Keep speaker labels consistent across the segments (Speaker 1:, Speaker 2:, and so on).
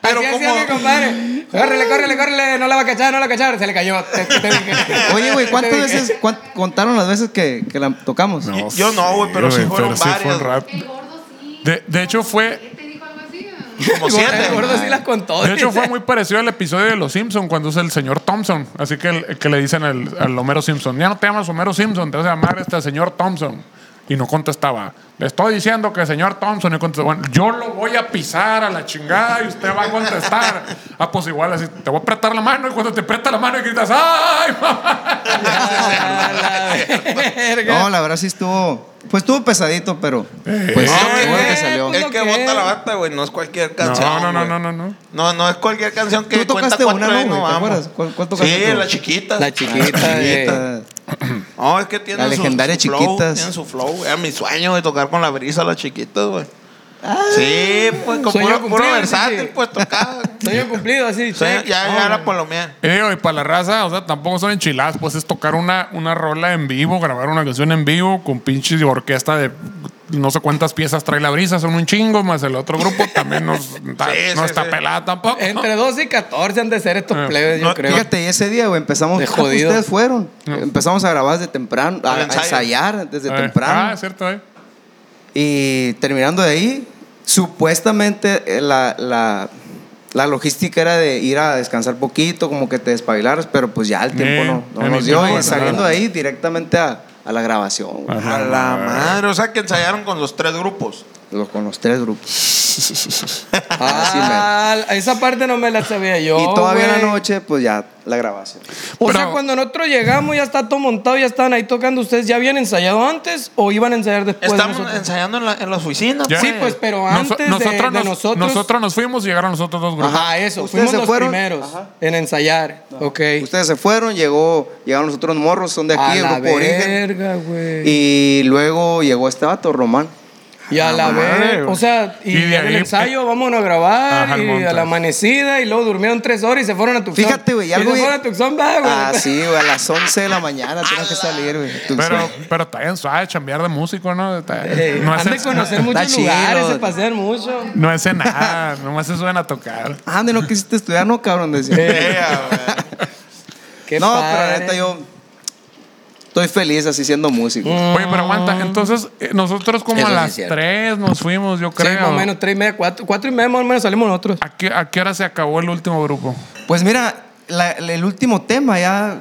Speaker 1: Pero
Speaker 2: Así hacía mi
Speaker 1: como.
Speaker 2: compadre. Córrele, córrele, córrele, no la va a cachar, no la va a cachar. Se le cayó. Te- te- te dije.
Speaker 3: Oye, güey, ¿cuántas
Speaker 2: Te dije.
Speaker 3: veces, cuán- contaron las veces que, que la tocamos?
Speaker 1: No. yo güey, pero sí fueron
Speaker 4: fue un
Speaker 1: varias.
Speaker 4: rato.
Speaker 5: El gordo sí.
Speaker 4: De- de hecho, fue-
Speaker 5: ¿Él te dijo algo así?
Speaker 1: Como siete.
Speaker 2: El gordo sí las contó.
Speaker 4: De hecho, fue
Speaker 2: dice.
Speaker 4: muy parecido al episodio de Los Simpson cuando es el señor Thompson. Así que, el- que le dicen al, al Homero Simpson: Ya no te llamas Homero Simpson, te vas a llamar este señor Thompson. y no contestaba. Le estoy diciendo que el señor Thompson no contestó. Bueno, yo lo voy a pisar a la chingada y usted va a contestar. Ah, pues igual así, te voy a apretar la mano y cuando te aprieta la mano y gritas, ¡ay, mamá!
Speaker 2: Ah, la verga.
Speaker 5: No, la verdad sí estuvo. Pues estuvo pesadito, pero.
Speaker 4: Eh.
Speaker 5: Pues
Speaker 1: No,
Speaker 5: qué
Speaker 1: güey,
Speaker 5: bueno que salió.
Speaker 1: Ah, Es
Speaker 2: Lo
Speaker 1: que
Speaker 2: que
Speaker 1: bota
Speaker 2: es.
Speaker 1: la bata, güey. No es cualquier canción.
Speaker 4: No, no, no,
Speaker 1: güey.
Speaker 4: no, no, no.
Speaker 1: No, no es cualquier canción que
Speaker 5: Tú
Speaker 1: cuenta
Speaker 5: tocaste
Speaker 1: cuatro
Speaker 5: una, ¿no,
Speaker 1: y
Speaker 5: güey? ¿Te
Speaker 1: vamos.
Speaker 5: acuerdas? ¿Cuál- cuál tocaste
Speaker 1: Sí,
Speaker 5: tú?
Speaker 1: las chiquitas.
Speaker 2: La chiquita, güey.
Speaker 5: Chiquita.
Speaker 1: No, es que tienen
Speaker 5: La
Speaker 1: su-
Speaker 5: legendaria
Speaker 1: su flow,
Speaker 5: Chiquitas.
Speaker 1: Tienen su flow, güey. Era mi sueño de tocar con la brisa las chiquitas, güey.
Speaker 5: Ah.
Speaker 1: Sí, pues con
Speaker 2: Sueño
Speaker 1: puro, puro
Speaker 2: cumplido,
Speaker 1: versátil,
Speaker 2: sí, sí.
Speaker 1: pues tocaba.
Speaker 2: Sueño cumplido, así.
Speaker 1: Sueño-
Speaker 2: check.
Speaker 1: ya,
Speaker 2: No,
Speaker 1: ya
Speaker 2: güey.
Speaker 1: la palomía.
Speaker 4: Eh, digo, y para la raza, o sea, tampoco son enchiladas, pues es tocar una, una rola en vivo, grabar una canción en vivo con pinches orquesta de no sé cuántas piezas trae la brisa, son un chingo, más el otro grupo también nos, ta-
Speaker 1: Sí,
Speaker 4: no
Speaker 1: sí,
Speaker 4: está
Speaker 1: sí.
Speaker 4: pelada tampoco.
Speaker 2: Entre 12 y 14 han de ser estos plebes, yo
Speaker 1: no,
Speaker 2: creo.
Speaker 5: Fíjate, y ese día, güey, empezamos.
Speaker 2: De
Speaker 5: Ah, pues
Speaker 2: jodido.
Speaker 5: Ustedes fueron. Empezamos a grabar desde temprano, a,
Speaker 1: Al
Speaker 5: a
Speaker 1: ensayo.
Speaker 5: ensayar desde
Speaker 4: Eh,
Speaker 5: temprano.
Speaker 4: Ah, es cierto, eh.
Speaker 5: Y terminando de ahí, supuestamente eh, la, la, la logística era de ir a descansar poquito, como que te despabilaras, pero pues ya el
Speaker 4: Eh,
Speaker 5: tiempo no, no
Speaker 4: a mí
Speaker 5: nos dio.
Speaker 4: tampoco,
Speaker 5: Y saliendo
Speaker 4: claro.
Speaker 5: de ahí directamente a, a la grabación, güey,
Speaker 4: Ajá.
Speaker 1: A la madre. O sea, que ensayaron con los tres grupos.
Speaker 5: lo- con los tres grupos. Así mero.
Speaker 2: Ah, esa parte no me la sabía yo.
Speaker 5: y todavía en la
Speaker 2: güey.
Speaker 5: noche, pues ya la grabación.
Speaker 2: O
Speaker 4: Pero-
Speaker 2: sea, cuando nosotros llegamos ya está todo montado, ya estaban ahí tocando. ¿Ustedes ya habían ensayado antes o iban a ensayar después? de
Speaker 1: Estamos
Speaker 2: nosotros?
Speaker 1: ensayando en la, en las oficinas,
Speaker 4: Ya.
Speaker 2: Sí, pues, pero
Speaker 4: Noso-
Speaker 2: antes de- de
Speaker 4: nos,
Speaker 2: nosotros-
Speaker 4: nosotros nos fuimos y llegaron los otros dos grupos.
Speaker 2: Ajá, eso.
Speaker 5: ¿Ustedes
Speaker 2: Fuimos
Speaker 5: se
Speaker 2: los
Speaker 5: fueron?
Speaker 2: primeros
Speaker 5: Ajá.
Speaker 2: en ensayar. Ok.
Speaker 5: Eh, Ustedes se fueron, llegó, llegaron los otros morros, son de
Speaker 2: a
Speaker 5: aquí, el
Speaker 2: la
Speaker 5: grupo Origen.
Speaker 2: verga, güey. Y,
Speaker 5: Y luego llegó este vato, Román.
Speaker 2: a la
Speaker 1: madre,
Speaker 2: verga.
Speaker 1: güey.
Speaker 2: O sea, y,
Speaker 4: Y de
Speaker 2: en el
Speaker 4: ahí-
Speaker 2: ensayo vámonos a grabar.
Speaker 4: Ajá, el
Speaker 2: y
Speaker 4: monte.
Speaker 2: a la amanecida. Y luego durmieron tres horas y se fueron a Tucson.
Speaker 5: Fíjate, güey,
Speaker 2: Y
Speaker 5: algo
Speaker 2: se
Speaker 5: bien-
Speaker 2: fueron a Tucson, va, güey.
Speaker 5: Ah, sí, güey, a las 11 de la mañana tienes que salir, güey.
Speaker 2: Ah,
Speaker 5: Tú
Speaker 4: Pero,
Speaker 5: sabes.
Speaker 4: pero está bien suave chambear de músico, ¿no? Está-
Speaker 2: Eh,
Speaker 4: no,
Speaker 2: han de
Speaker 4: hace,
Speaker 2: conocer
Speaker 5: Está
Speaker 2: muchos lugares,
Speaker 5: chido.
Speaker 2: se pasean mucho.
Speaker 4: no hace nada, nomás se suena a tocar.
Speaker 5: Ande, ah, no quisiste estudiar, no, cabrón, decía.
Speaker 1: Ea, güey.
Speaker 2: Eh, Qué
Speaker 5: no, pero la
Speaker 2: padre.
Speaker 5: neta yo estoy feliz así siendo músico.
Speaker 4: Oye, pero aguanta, entonces eh, nosotros como
Speaker 5: Eso
Speaker 4: a
Speaker 5: sí
Speaker 4: las
Speaker 5: es cierto.
Speaker 4: 3 nos fuimos, yo creo.
Speaker 2: Sí, más o menos tres y media, cuatro, cuatro y media más o menos salimos nosotros.
Speaker 4: ¿A qué, a qué hora se acabó el último grupo?
Speaker 5: Pues mira, la- el último tema ya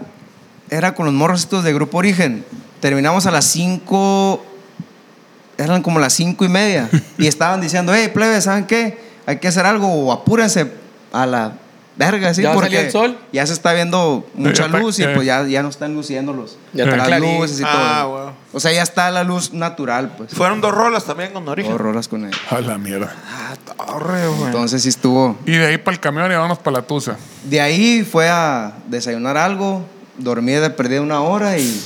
Speaker 5: era con los morros estos de Grupo Origen. Terminamos a las 5, eran como las 5 y media. y estaban diciendo, hey, plebe, ¿saben qué? Hay que hacer algo, o apúrense a la verga, ¿sí?
Speaker 2: Ya va a
Speaker 5: porque
Speaker 2: salir el sol.
Speaker 5: Ya se está viendo mucha
Speaker 4: Ya está-
Speaker 5: luz y
Speaker 4: eh.
Speaker 5: pues ya, ya no están luciendo los,
Speaker 2: Ya está
Speaker 5: las
Speaker 2: clarín.
Speaker 5: luces y
Speaker 1: Ah,
Speaker 5: todo.
Speaker 1: güey.
Speaker 5: O sea, ya está la luz natural, pues.
Speaker 1: Fueron dos rolas también con origen.
Speaker 5: Todo rolas con él.
Speaker 4: A la mierda.
Speaker 1: Ah, torre, güey.
Speaker 5: Entonces sí estuvo.
Speaker 4: Y de ahí para el camión y vámonos para la tusa.
Speaker 5: De ahí fue a desayunar algo, dormí de perdida una hora y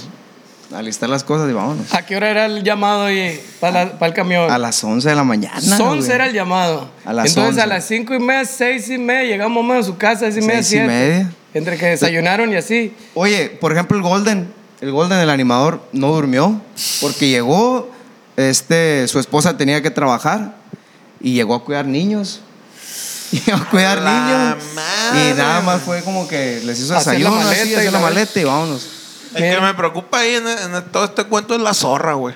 Speaker 5: alistar las cosas y vámonos.
Speaker 2: ¿A qué hora era el llamado ahí para, la- para el camión?
Speaker 5: A las 11 de la mañana.
Speaker 2: 11
Speaker 5: güey.
Speaker 2: era el llamado.
Speaker 5: A las
Speaker 2: Entonces a
Speaker 5: 11.
Speaker 2: las 5 y media, 6 y media, llegamos más a su casa, 6 y media,
Speaker 5: Seis y
Speaker 2: 7.
Speaker 5: media.
Speaker 2: Entre que desayunaron y así.
Speaker 5: Oye, por ejemplo, el Golden, el Golden, el animador, no durmió porque llegó, este, su esposa tenía que trabajar y llegó a cuidar niños. Llegó a cuidar
Speaker 1: La
Speaker 5: niños.
Speaker 1: madre.
Speaker 5: Y nada más fue como que les hizo
Speaker 2: Hacer la
Speaker 5: desayuno,
Speaker 2: maleta
Speaker 5: así,
Speaker 2: y
Speaker 5: hacer la
Speaker 2: la-
Speaker 5: maleta y vámonos.
Speaker 1: El
Speaker 5: Eh.
Speaker 1: que me preocupa ahí en, en todo este cuento es la zorra, güey.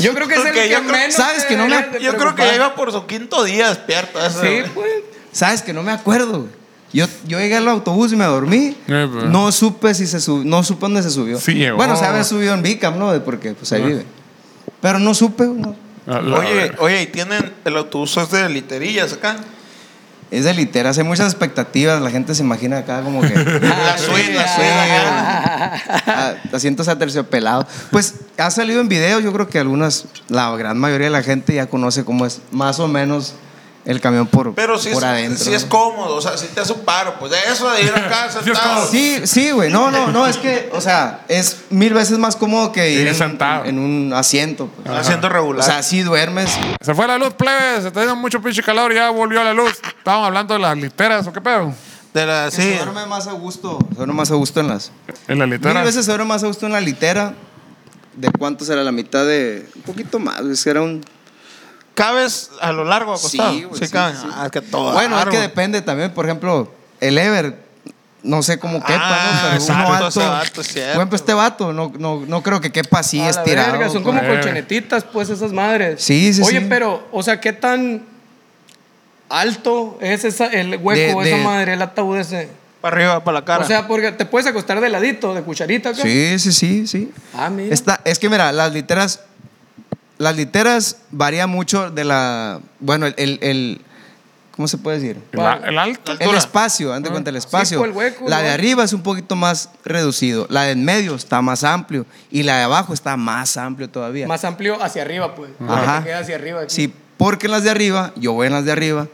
Speaker 2: Yo creo que es el
Speaker 1: Porque
Speaker 2: que
Speaker 1: yo creo-
Speaker 2: menos.
Speaker 5: ¿sabes
Speaker 2: te
Speaker 5: que no me-
Speaker 2: deberías de
Speaker 1: Yo creo que
Speaker 2: preocupar.
Speaker 1: ya iba por su quinto día despierto. ese, güey.
Speaker 2: Sí, pues.
Speaker 5: Sabes que no me acuerdo. güey. Yo, yo llegué al autobús y me dormí.
Speaker 4: Eh, pues.
Speaker 5: No supe si se subió, no supe dónde se subió.
Speaker 4: Sí llegó. Ah.
Speaker 5: Bueno, se había subido en Bicam, ¿no? Porque pues ahí vive. Pero no supe. güey, no.
Speaker 4: A la
Speaker 1: Oye,
Speaker 4: verga.
Speaker 1: oye, y tienen el autobús es de literillas acá.
Speaker 5: Es de literas, hay muchas expectativas. La gente se imagina acá como que.
Speaker 1: La suite, la suite.
Speaker 5: Ah, asientos aterciopelados. Pues ha salido en video, yo creo que algunas, la gran mayoría de la gente ya conoce cómo es más o menos el camión por,
Speaker 1: Pero sí,
Speaker 5: por
Speaker 1: es,
Speaker 5: adentro.
Speaker 1: sí es
Speaker 5: ¿no?
Speaker 1: cómodo, o sea, sí te hace un paro. Pues de eso de ir acá
Speaker 4: Sí es
Speaker 1: sentado.
Speaker 4: cómodo.
Speaker 5: Sí, sí, güey. No, no, no, es que, o sea, es mil veces más cómodo que
Speaker 4: Ir
Speaker 5: ir en,
Speaker 4: sentado.
Speaker 5: en un asiento. pues.
Speaker 1: Haciendo
Speaker 5: O
Speaker 1: regular.
Speaker 5: sea, si duermes.
Speaker 4: Se fue la luz, plebes. Se está haciendo mucho pinche calor y ya volvió la luz. Estábamos hablando de las literas o qué pedo.
Speaker 1: de la,
Speaker 5: Se
Speaker 1: sí.
Speaker 5: duerme más a gusto. Se duerme más a gusto en las.
Speaker 4: En las
Speaker 5: Mil
Speaker 4: literas.
Speaker 5: veces se duerme más a gusto en la litera. ¿De cuánto será la mitad de.? Un poquito más, güey. Era un.
Speaker 1: ¿Cabes a lo largo acostado?
Speaker 5: Sí, güey, sí,
Speaker 1: caben.
Speaker 5: sí.
Speaker 1: Ah, es que todo.
Speaker 5: Bueno, es
Speaker 1: largo.
Speaker 5: que depende también. Por ejemplo, el Ever. No sé cómo quepa,
Speaker 1: Ah,
Speaker 5: ¿no? Pero
Speaker 1: exacto,
Speaker 5: uno
Speaker 1: ese
Speaker 5: alto.
Speaker 1: vato, es cierto.
Speaker 5: Por ejemplo, este vato, no, no, no creo que quepa así
Speaker 2: A la
Speaker 5: estirado.
Speaker 2: verga, son como
Speaker 4: güey.
Speaker 2: colchonetitas, pues, esas madres.
Speaker 5: Sí, sí,
Speaker 2: Oye,
Speaker 5: sí.
Speaker 2: pero, o sea, ¿qué tan alto es esa, el hueco,
Speaker 5: De-
Speaker 2: esa
Speaker 5: de-
Speaker 2: madre, el ataúd ese?
Speaker 1: Para arriba, para la cara.
Speaker 2: O sea, porque te puedes acostar de ladito, de cucharita acá.
Speaker 5: Sí, Este sí, sí, sí.
Speaker 2: Ah, mira.
Speaker 5: Está, es que mira, las literas, las literas varía mucho de la, bueno, el, el, el- ¿cómo se puede decir?
Speaker 4: El, a- el alto.
Speaker 5: El espacio, ande cuenta el espacio.
Speaker 2: pues, el hueco,
Speaker 5: la de
Speaker 2: ¿no?
Speaker 5: arriba es un poquito más reducido, la de en medio está más amplio y la de abajo está más amplio todavía.
Speaker 2: Más amplio hacia arriba, pues. Ajá.
Speaker 5: Ajá.
Speaker 2: Te queda hacia arriba. aquí.
Speaker 5: Sí, porque en las de arriba, yo voy en las de arriba,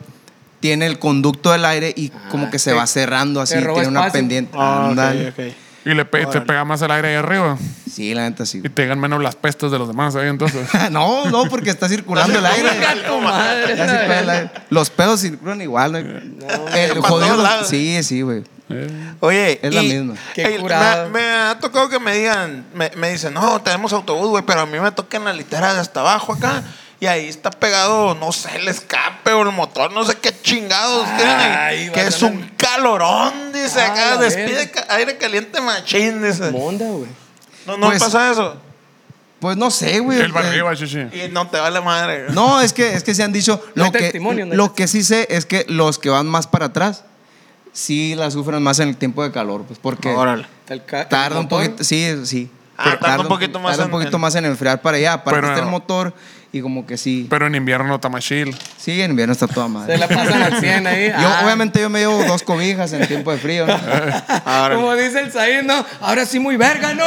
Speaker 5: tiene el conducto del aire y como que se
Speaker 2: Ah, te-
Speaker 5: va cerrando así,
Speaker 2: te roba
Speaker 5: tiene una
Speaker 2: espacio.
Speaker 5: pendiente.
Speaker 1: Ah, ok,
Speaker 5: Ándale.
Speaker 1: ok.
Speaker 4: Y le pe- te pega más el aire ahí arriba.
Speaker 5: Sí, la neta sí.
Speaker 4: Y te llegan menos las pestes de los demás ahí entonces.
Speaker 5: no, no, porque está circulando el aire.
Speaker 2: Venga, tu madre.
Speaker 5: Ya circula el aire. Los pedos circulan igual. ¿no? El
Speaker 1: Pa'
Speaker 5: jodido-
Speaker 1: todos lados.
Speaker 5: Sí, sí, güey.
Speaker 1: Oye,
Speaker 5: Es la
Speaker 1: y-
Speaker 5: misma.
Speaker 2: Qué
Speaker 1: ey,
Speaker 2: curado.
Speaker 1: me, me ha tocado que me digan, me, me dicen, no, tenemos autobús, güey, pero a mí me toca en la litera de hasta abajo acá. Y ahí está pegado, no sé, el escape o el motor, no sé qué chingados tienen ahí.
Speaker 2: Ay,
Speaker 1: Que
Speaker 2: vas
Speaker 1: es
Speaker 2: a
Speaker 1: un calorón, dice
Speaker 2: Ah,
Speaker 1: acá,
Speaker 2: la
Speaker 1: despide
Speaker 2: verga.
Speaker 1: ca- aire caliente machín, dice.
Speaker 2: Monda, güey.
Speaker 1: No, no
Speaker 5: Pues-
Speaker 1: pasa eso.
Speaker 5: Pues no sé, güey.
Speaker 4: el
Speaker 5: Eh,
Speaker 4: barrio, chichi.
Speaker 1: Y no te vale madre. güey.
Speaker 5: No, es que, es que se han dicho.
Speaker 2: No
Speaker 5: Lo,
Speaker 2: hay
Speaker 5: que,
Speaker 2: testimonio, no hay
Speaker 5: lo que sí sé es que los que van más para atrás sí la sufren más en el tiempo de calor, pues porque Ah,
Speaker 1: Órale.
Speaker 2: Está el ca- el
Speaker 5: tarda un
Speaker 2: motor.
Speaker 5: poquito. Sí, sí.
Speaker 1: Ah, tarda un poquito más
Speaker 5: Tarda un
Speaker 1: en-
Speaker 5: poquito
Speaker 1: en-
Speaker 5: más en enfriar para allá. Aparte
Speaker 4: Pero-
Speaker 5: está el motor y como que sí.
Speaker 4: Pero en invierno está más chill.
Speaker 5: Sí, en invierno está toda
Speaker 2: Se
Speaker 5: madre.
Speaker 2: la pasan al 100 ahí.
Speaker 5: Yo,
Speaker 2: Ah.
Speaker 5: obviamente yo me llevo dos cobijas en tiempo de frío. ¿no?
Speaker 1: Ahora,
Speaker 2: Como dice el Said, ¿no? Ahora sí muy verga, ¿no?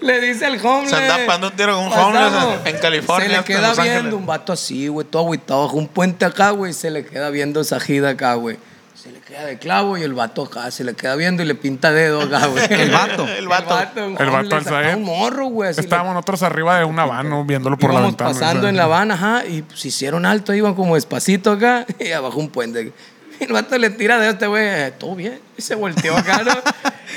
Speaker 2: le dice al homeless.
Speaker 1: Se anda pegando un tiro con un homeless en- en California,
Speaker 2: Se le
Speaker 1: hasta en
Speaker 2: queda
Speaker 1: Los Ángeles.
Speaker 2: viendo un vato así, güey, todo agüitado bajo un puente acá, güey. Se le queda viendo esa jida acá, güey. Se le queda de clavo y el vato acá se le queda viendo y le pinta dedo acá, güey.
Speaker 5: El vato.
Speaker 1: El vato.
Speaker 2: un
Speaker 4: El vato
Speaker 2: homeless
Speaker 4: al
Speaker 2: acá,
Speaker 4: Said.
Speaker 2: Un morro, güey. así le-
Speaker 4: Estábamos nosotros arriba de un habano viéndolo por la
Speaker 2: íbamos
Speaker 4: ventana.
Speaker 2: pasando en La Habana, ajá, y se hicieron alto, iban como despacito acá, y abajo un puente. Y el vato le tira de este güey, eh, todo bien, y se volteó acá, ¿no?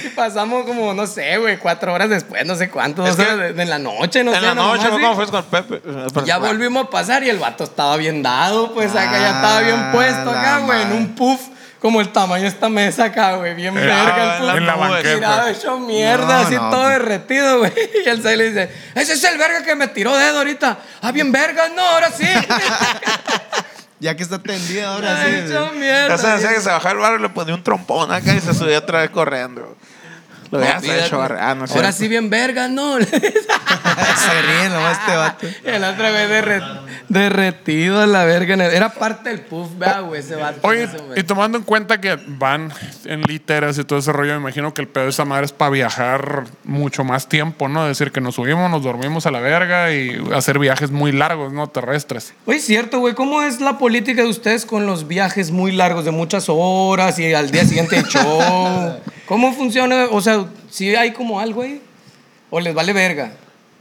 Speaker 2: y pasamos como, no sé, güey, cuatro horas después, no sé cuánto,
Speaker 1: Es
Speaker 2: dos
Speaker 1: que
Speaker 2: horas de, de la noche, no
Speaker 1: en
Speaker 2: sé.
Speaker 1: la
Speaker 2: nomás,
Speaker 1: noche, ¿no?
Speaker 2: sí.
Speaker 1: ¿cómo fue con Pepe? Eh,
Speaker 2: Ya volvimos a pasar y el vato estaba bien dado, pues acá ya estaba bien
Speaker 5: Ah,
Speaker 2: puesto acá,
Speaker 5: la
Speaker 2: güey, en
Speaker 5: madre.
Speaker 2: un puff, como el tamaño de esta mesa acá, güey, bien verga el
Speaker 1: en la-
Speaker 2: puff.
Speaker 4: En la
Speaker 1: nubes.
Speaker 4: banqueta.
Speaker 2: Tirado, hecho mierda,
Speaker 5: No,
Speaker 2: así
Speaker 5: no,
Speaker 2: todo
Speaker 5: pues.
Speaker 2: derretido, güey. Y el Zay le dice, ese es el verga que me tiró dedo ahorita. Ah, bien verga, no, ahora sí.
Speaker 5: Ya que está tendida ahora
Speaker 2: Ay,
Speaker 5: sí.
Speaker 2: hecho
Speaker 1: Ya se decía
Speaker 2: mierda.
Speaker 1: que se bajaba el barrio, le ponía un trompón acá y se subía otra vez corriendo. Lo habías
Speaker 2: Olvídate.
Speaker 1: hecho barrio. Ah, no es
Speaker 2: Ahora
Speaker 1: cierto.
Speaker 2: sí, bien verga, no.
Speaker 5: Se ríe nomás este vato.
Speaker 2: Y el otro güey derre- derretido a la verga. en el- Era parte del puff, vea, güey, ese vato. en
Speaker 4: Oye,
Speaker 2: ese momento.
Speaker 4: y tomando en cuenta que van en literas y todo ese rollo, me imagino que el pedo de esa madre es para viajar mucho más tiempo, ¿no? Es decir, que nos subimos, nos dormimos a la verga y hacer viajes muy largos, ¿no? Terrestres.
Speaker 2: Oye, es cierto, güey. ¿Cómo es la política de ustedes con los viajes muy largos de muchas horas y al día siguiente el show? ¿Cómo funciona? O sea, si hay como algo ahí? ¿O les vale verga?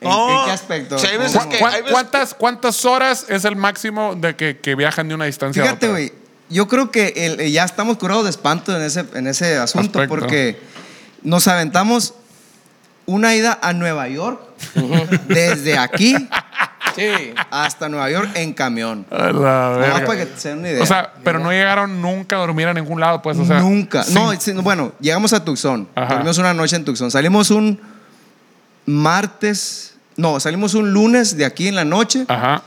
Speaker 5: ¿En-
Speaker 1: No,
Speaker 5: en qué aspecto?
Speaker 1: si hay veces
Speaker 5: ¿Cómo?
Speaker 4: ¿Cu-
Speaker 1: que-
Speaker 4: cuán-
Speaker 1: hay veces-
Speaker 4: ¿Cuántas, ¿Cuántas horas es el máximo de que, que viajan de una distancia a
Speaker 5: Fíjate,
Speaker 4: otra?
Speaker 5: güey. Yo creo que el- eh, ya estamos curados de espanto en ese, en ese asunto
Speaker 4: Aspecto.
Speaker 5: porque nos aventamos una ida a Nueva York desde aquí
Speaker 2: Sí.
Speaker 5: hasta Nueva York en camión.
Speaker 4: A la
Speaker 5: Nomás
Speaker 4: verga.
Speaker 5: para que se den una idea.
Speaker 4: O sea, pero no llegaron nunca a dormir a ningún lado, pues, o sea.
Speaker 5: Nunca.
Speaker 4: sí.
Speaker 5: No, sí, bueno, llegamos a Tucson.
Speaker 4: Ajá.
Speaker 5: Dormimos una noche en Tucson. Salimos un martes. No, salimos un lunes de aquí en la noche.
Speaker 4: Ajá.